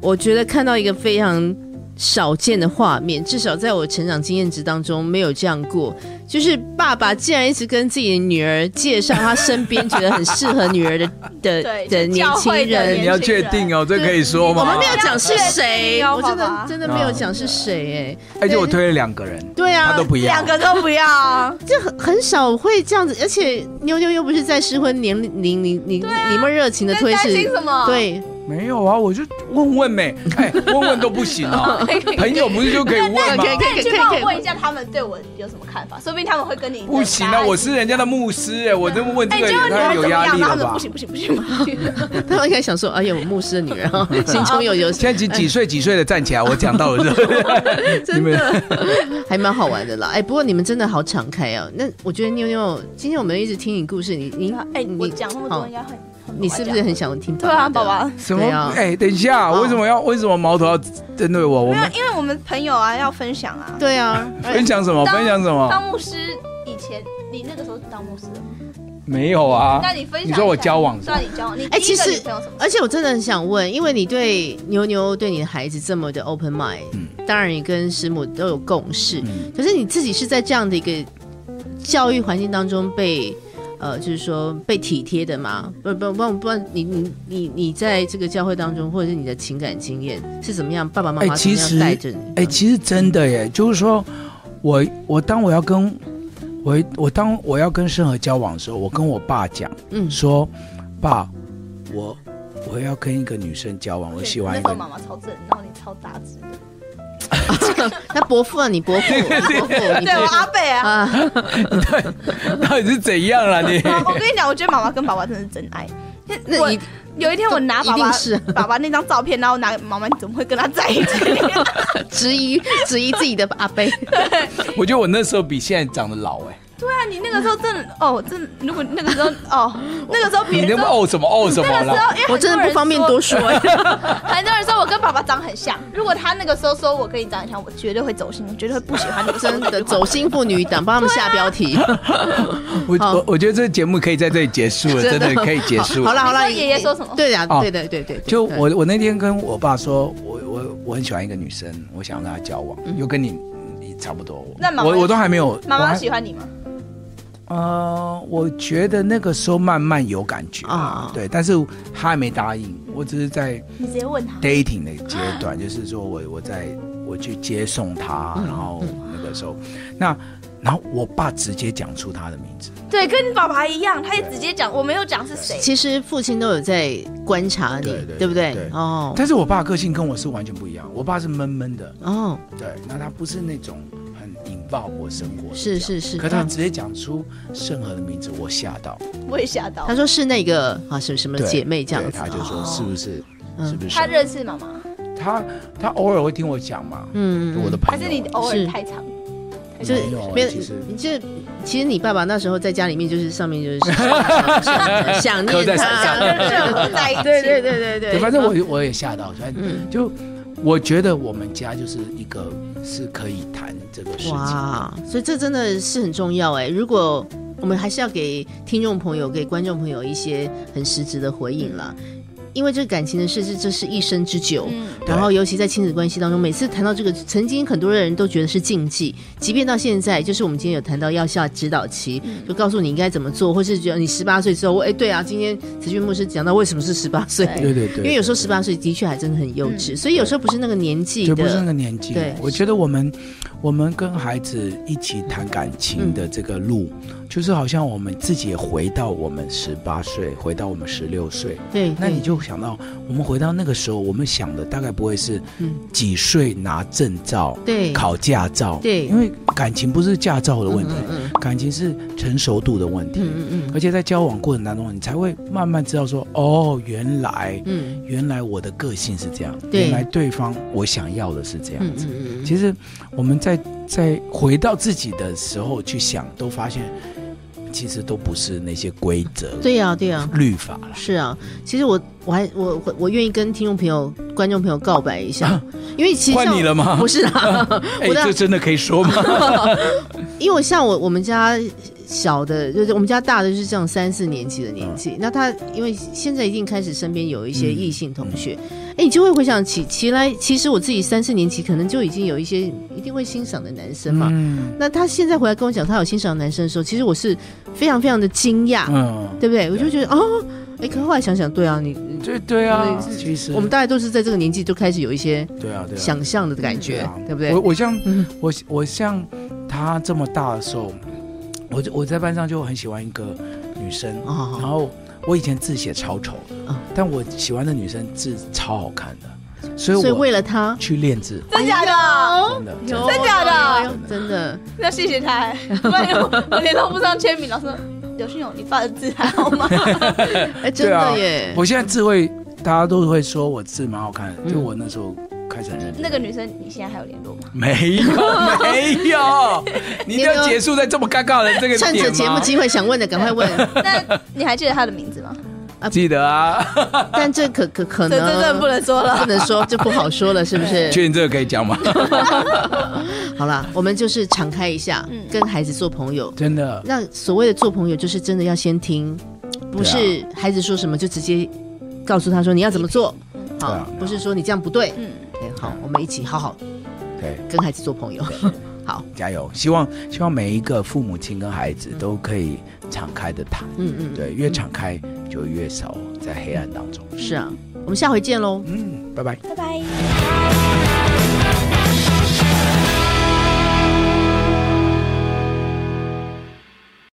Speaker 1: 我觉得看到一个非常少见的画面，至少在我成长经验值当中没有这样过。就是爸爸竟然一直跟自己的女儿介绍他身边觉得很适合女儿的 的
Speaker 2: 对
Speaker 1: 的
Speaker 2: 就
Speaker 1: 年
Speaker 2: 教
Speaker 1: 轻
Speaker 2: 会的
Speaker 1: 人
Speaker 2: 年
Speaker 4: 你，要确定哦，这可以说
Speaker 1: 我
Speaker 4: 吗
Speaker 1: 们没？有讲是谁，
Speaker 2: 要
Speaker 1: 我
Speaker 2: 爸
Speaker 1: 真
Speaker 2: 爸
Speaker 1: 的真的没有讲是谁哎、
Speaker 4: 而且我推了两个人，
Speaker 1: 对啊，
Speaker 4: 他都不要，
Speaker 2: 两个都不要啊，
Speaker 1: 这很很少会这样子，而且妞妞又不是在适婚年龄，你你你你们热情的
Speaker 2: 啊在
Speaker 1: 推
Speaker 2: 担
Speaker 1: 是
Speaker 2: 心，什 么？，
Speaker 1: 对，
Speaker 4: 没有啊，我就问问呗，哎，问问都不行 啊，朋友不是就可以问吗？
Speaker 1: 可以
Speaker 2: 那你
Speaker 1: 可以
Speaker 2: 去帮
Speaker 1: 可以
Speaker 2: 我问一下他们对我有什么看法，说不定他们会跟你
Speaker 4: 不行啊，我是人家的牧师哎，我这么问
Speaker 2: 哎，
Speaker 4: 这
Speaker 2: 就
Speaker 4: 个也
Speaker 2: 是
Speaker 4: 太有压力
Speaker 2: 他
Speaker 4: 了
Speaker 2: 们
Speaker 4: 吧
Speaker 2: 不？行不行不行不行，
Speaker 1: 他们应该想说，哎呀，我牧师的女人啊，心中有有，
Speaker 4: 现在几几岁几岁的站起来，我讲到了是不是
Speaker 1: 真的还蛮好玩的啦。哎，不过你们真的好敞开哦。那我觉得妞妞，今天我们一直听你故事，你你
Speaker 2: 哎，我
Speaker 1: 你
Speaker 2: 讲那么
Speaker 1: 好
Speaker 2: 多应该很，很
Speaker 1: 你是不
Speaker 2: 好
Speaker 1: 是很想听爸
Speaker 2: 讲？对
Speaker 1: 爸
Speaker 2: 啊，
Speaker 1: 的
Speaker 2: 宝宝。
Speaker 4: 什么
Speaker 1: 对啊？
Speaker 4: 哎，等一下，
Speaker 1: 哦
Speaker 4: 为什么要为什么矛头要针对我？我
Speaker 2: 没有
Speaker 4: 们，
Speaker 2: 因为我们朋友啊要分享啊。
Speaker 1: 对啊，
Speaker 4: 分享什么？
Speaker 2: 当
Speaker 4: 分享什么？
Speaker 2: 当牧师以前，你那个时候是当牧师的吗，
Speaker 4: 没有啊
Speaker 2: 那。你分享一
Speaker 4: 你
Speaker 2: 下
Speaker 4: 说我交往是吧
Speaker 2: 对啊，你交往，你
Speaker 1: 哎
Speaker 2: 第
Speaker 1: 其
Speaker 2: 一个
Speaker 1: 实
Speaker 2: 女朋友什么时候？
Speaker 1: 而且我真的很想问，因为你对牛牛对你的孩子这么的 open mind，、当
Speaker 3: 嗯
Speaker 1: 然你跟师母都有共识，
Speaker 4: 嗯
Speaker 1: 可是你自己是在这样的一个教育环境当中被呃，就是说被体贴的嘛？不不不不，你你你你在这个教会当中，或者是你的情感经验是怎么样？爸爸妈妈怎
Speaker 3: 哎其
Speaker 1: 么样带
Speaker 3: 实
Speaker 1: 着你？
Speaker 3: 哎、其实真的耶，就是说我我当我要跟我我当我要跟盛和交往的时候，我跟我爸讲
Speaker 1: 嗯，
Speaker 3: 说，爸，我我要跟一个女生交往，我喜欢一
Speaker 2: 那时候
Speaker 3: 个
Speaker 2: 妈妈超正，然后你超杂质的。
Speaker 1: 那伯父啊，你伯父，伯父，你
Speaker 2: 对，我
Speaker 1: 伯父
Speaker 2: 阿贝啊，
Speaker 1: 啊，
Speaker 4: 到底是怎样啦你？
Speaker 2: 我跟你讲，我觉得妈妈跟爸爸真的是真爱。
Speaker 1: 那
Speaker 2: 我
Speaker 1: 一
Speaker 2: 有一天我拿爸
Speaker 1: 一定
Speaker 2: 爸
Speaker 1: 是
Speaker 2: 爸爸那张照片，然后拿给妈妈，你怎么会跟他在一 起？
Speaker 1: 质疑质疑自己的阿贝，
Speaker 4: 我觉得我那时候比现在长得老
Speaker 3: 欸
Speaker 4: 哎。
Speaker 2: 对啊，你那个时候真的哦，真的如果那个时候 哦，那个时候别
Speaker 4: 你
Speaker 2: 人
Speaker 4: 那么
Speaker 2: 说
Speaker 4: 哦什么哦什么
Speaker 2: 那个时
Speaker 4: 啦？
Speaker 2: 候，因为
Speaker 1: 我真的不方便多说。
Speaker 2: 很多人说我跟爸爸长很像，如果他那个时候说我跟你长很像，我绝对会走心，我绝对会不喜欢你。
Speaker 1: 真的走心妇女党，帮他们下标题，
Speaker 4: 我
Speaker 1: 好
Speaker 4: 我我觉得这个节目可以在这里结束了，真的可以结束
Speaker 1: 好
Speaker 4: 了。
Speaker 1: 了好了，
Speaker 2: 你说爷爷说什么
Speaker 1: 对呀，
Speaker 4: 哦
Speaker 1: 对对对对，对
Speaker 3: 就我我那天跟我爸说，我我我很喜欢一个女生，我想跟她交往，又跟你你差不多。
Speaker 2: 嗯那妈妈
Speaker 3: 我我都还没有，
Speaker 2: 妈
Speaker 3: 我
Speaker 2: 妈
Speaker 3: 还
Speaker 2: 喜欢你吗？
Speaker 3: 呃，我觉得那个时候慢慢有感觉
Speaker 1: 啊
Speaker 3: 对，但是她还没答应，我只是在
Speaker 2: 你直接问他。
Speaker 3: dating 的阶
Speaker 1: 啊
Speaker 3: 段，就是说我我在我去接送她，
Speaker 1: 嗯
Speaker 3: 然后那个时候，那然后我爸直接讲出她的名字，
Speaker 2: 对，跟爸爸一样，他也直接讲，我没有讲是谁。
Speaker 1: 其实父亲都有在观察你
Speaker 3: 对，对
Speaker 1: 对不对
Speaker 3: 对？
Speaker 1: 哦
Speaker 3: 但是我爸个性跟我是完全不一样，我爸是闷闷的，
Speaker 1: 哦，
Speaker 3: 对，那他不是那种很引爆我生活的这
Speaker 1: 是是
Speaker 3: 样，
Speaker 1: 是，
Speaker 3: 可他
Speaker 1: 嗯
Speaker 3: 直接讲出盛和的名字，我吓到。
Speaker 2: 我也吓到
Speaker 1: 他。说是那个啊什么什么
Speaker 3: 对
Speaker 1: 姐妹这样
Speaker 3: 对
Speaker 1: 子，
Speaker 3: 他就说是不是？
Speaker 1: 嗯
Speaker 3: 是不是
Speaker 2: 他
Speaker 3: 盛和？
Speaker 2: 认识妈妈，
Speaker 3: 他他偶尔会听我讲嘛，
Speaker 1: 嗯
Speaker 3: 就我的
Speaker 2: 还
Speaker 3: 朋
Speaker 2: 是你
Speaker 3: 友啊。
Speaker 2: 偶尔
Speaker 1: 是
Speaker 2: 太长？
Speaker 1: 就
Speaker 3: 没有啊
Speaker 1: 没有
Speaker 3: 其实，
Speaker 1: 你这其实你爸爸那时候在家里面就是上面就是想想想
Speaker 4: 刻
Speaker 1: 念
Speaker 4: 在手
Speaker 2: 想
Speaker 1: 他，
Speaker 2: 跟任何在一起。
Speaker 1: 对对对对对，嗯
Speaker 3: 对，反正我我也吓到，反正就我觉得我们家就是一个是可以谈这个事情的。
Speaker 1: 哇，所以这真的是很重要哎。如果我们还是要给听众朋友、给观众朋友一些很实质的回应啦，因为这个感情的事是这是一生之久。
Speaker 2: 嗯，
Speaker 3: 对
Speaker 1: 然后，尤其在亲子关系当中，每次谈到这个，曾经很多人都觉得是禁忌，即便到现在，就是我们今天有谈到要下指导期，就告诉你应该怎么做，或是觉得你十八岁之后，哎，对啊，今天慈俊牧师讲到为什么是十八岁，
Speaker 2: 对
Speaker 3: 对对对，
Speaker 1: 因为有时候十八岁的确还真的很幼稚，所以有时候不是那个年纪
Speaker 3: 就不是那
Speaker 1: 的，
Speaker 3: 个年纪
Speaker 1: 对。
Speaker 3: 我觉得我们我们跟孩子一起谈感
Speaker 1: 嗯
Speaker 3: 情的这个路，就是好像我们自己也回到我们十八岁，回到我们十六岁。
Speaker 1: 对，
Speaker 3: 那你
Speaker 1: 对
Speaker 3: 就想到，我们回到那个时候，我们想的大概不会是
Speaker 1: 嗯
Speaker 3: 几岁拿证照、
Speaker 1: 对
Speaker 3: 考驾照，
Speaker 1: 对
Speaker 3: 因为感情不是驾照的问题，
Speaker 1: 嗯
Speaker 3: 感情是成熟度的问题。
Speaker 1: 嗯嗯嗯
Speaker 3: 而且在交往过程当中，你才会慢慢知道说，哦，原来
Speaker 1: 嗯
Speaker 3: 原来我的个性是这样，
Speaker 1: 对
Speaker 3: 原来对方我想要的是这
Speaker 1: 嗯
Speaker 3: 样子。
Speaker 1: 嗯嗯，
Speaker 3: 其实我们在在回到自己的时候去想，都发现其实都不是那些规则、
Speaker 1: 对呀对呀。
Speaker 3: 律法了。
Speaker 1: 是啊，其实我我还我我我愿意跟听众朋友、观众朋友告白一下，因为其实
Speaker 4: 换
Speaker 1: 像
Speaker 4: 你了吗
Speaker 1: 不是啦，
Speaker 4: 哎，
Speaker 1: 我的
Speaker 4: 这真的可以说吗？
Speaker 1: 因为我像我我们家小的，就是我们家大的就是这样三四年级的年纪，那他因为现在已经开始身边有一些异性同学，哎、你就会回想起，其来其实我自己三四年级可能就已经有一些一定会欣赏的男生嘛。
Speaker 3: 嗯
Speaker 1: 那他现在回来跟我讲他有欣赏的男生的时候，其实我是非常非常的惊讶，
Speaker 3: 嗯，
Speaker 1: 对不对？我就觉得哦，哎，可后来想想，对啊，你
Speaker 3: 对对啊，
Speaker 1: 对
Speaker 3: 其实
Speaker 1: 我们大概都是在这个年纪就开始有一些
Speaker 3: 对啊对啊，
Speaker 1: 想象的感觉，
Speaker 3: 对啊
Speaker 1: 对不对
Speaker 3: 我？我像
Speaker 1: 嗯
Speaker 3: 我我像他这么大的时候，我就我在班上就很喜欢一个女生，然
Speaker 1: 哦，
Speaker 3: 后我以前字写超丑的
Speaker 1: 嗯，
Speaker 3: 但我喜欢的女生字超好看的，所以
Speaker 1: 所以为
Speaker 3: 我
Speaker 1: 了他，
Speaker 3: 去练字，
Speaker 2: 真假的？
Speaker 3: 真的真的
Speaker 2: 真假的
Speaker 1: 有有有真的。
Speaker 2: 那谢谢他，不然我我连都不上签名。老师说，刘信勇，你爸的字还好吗？
Speaker 1: 哎，真的耶，
Speaker 3: 啊我现在字会，大家都会说我字蛮好看的，
Speaker 1: 嗯
Speaker 3: 就我那时候开始很认真。
Speaker 2: 那个女生，你现在还有联络吗？
Speaker 4: 没有，没有，你一定要结束在这么尴尬的这个
Speaker 1: 趁
Speaker 4: 点
Speaker 1: 着
Speaker 4: 吗
Speaker 1: 节目机会想问的赶快 问，
Speaker 2: 那你还记得她的名字吗？
Speaker 4: 记得啊，
Speaker 1: 但这可可可
Speaker 2: 这
Speaker 1: 能
Speaker 2: 这真的不能说了
Speaker 1: 不。能说，这不好说了，是不
Speaker 4: 确
Speaker 1: 是？
Speaker 4: 定这个可以讲 吗？
Speaker 1: 好啦，我们就是敞开一下，
Speaker 2: 嗯
Speaker 1: 跟孩子做朋友。
Speaker 3: 真的，
Speaker 1: 那所谓的做朋友，就是真的要先听，不
Speaker 3: 对啊
Speaker 1: 是孩子说什么就直接告诉他说你要怎么做，
Speaker 3: 对
Speaker 1: 好
Speaker 3: 啊，
Speaker 1: 不是说你这样不对。
Speaker 2: 嗯，
Speaker 1: 哎好，我们一起好好
Speaker 3: 对，
Speaker 1: 跟孩子做朋友。 好，
Speaker 3: 加油！希望希望每一个父母亲跟孩子都可以敞开的谈，
Speaker 1: 嗯嗯，
Speaker 3: 对，越敞开就越少在黑暗当中。
Speaker 1: 是啊，我们下回见喽。
Speaker 3: 嗯，拜拜。
Speaker 2: 拜拜。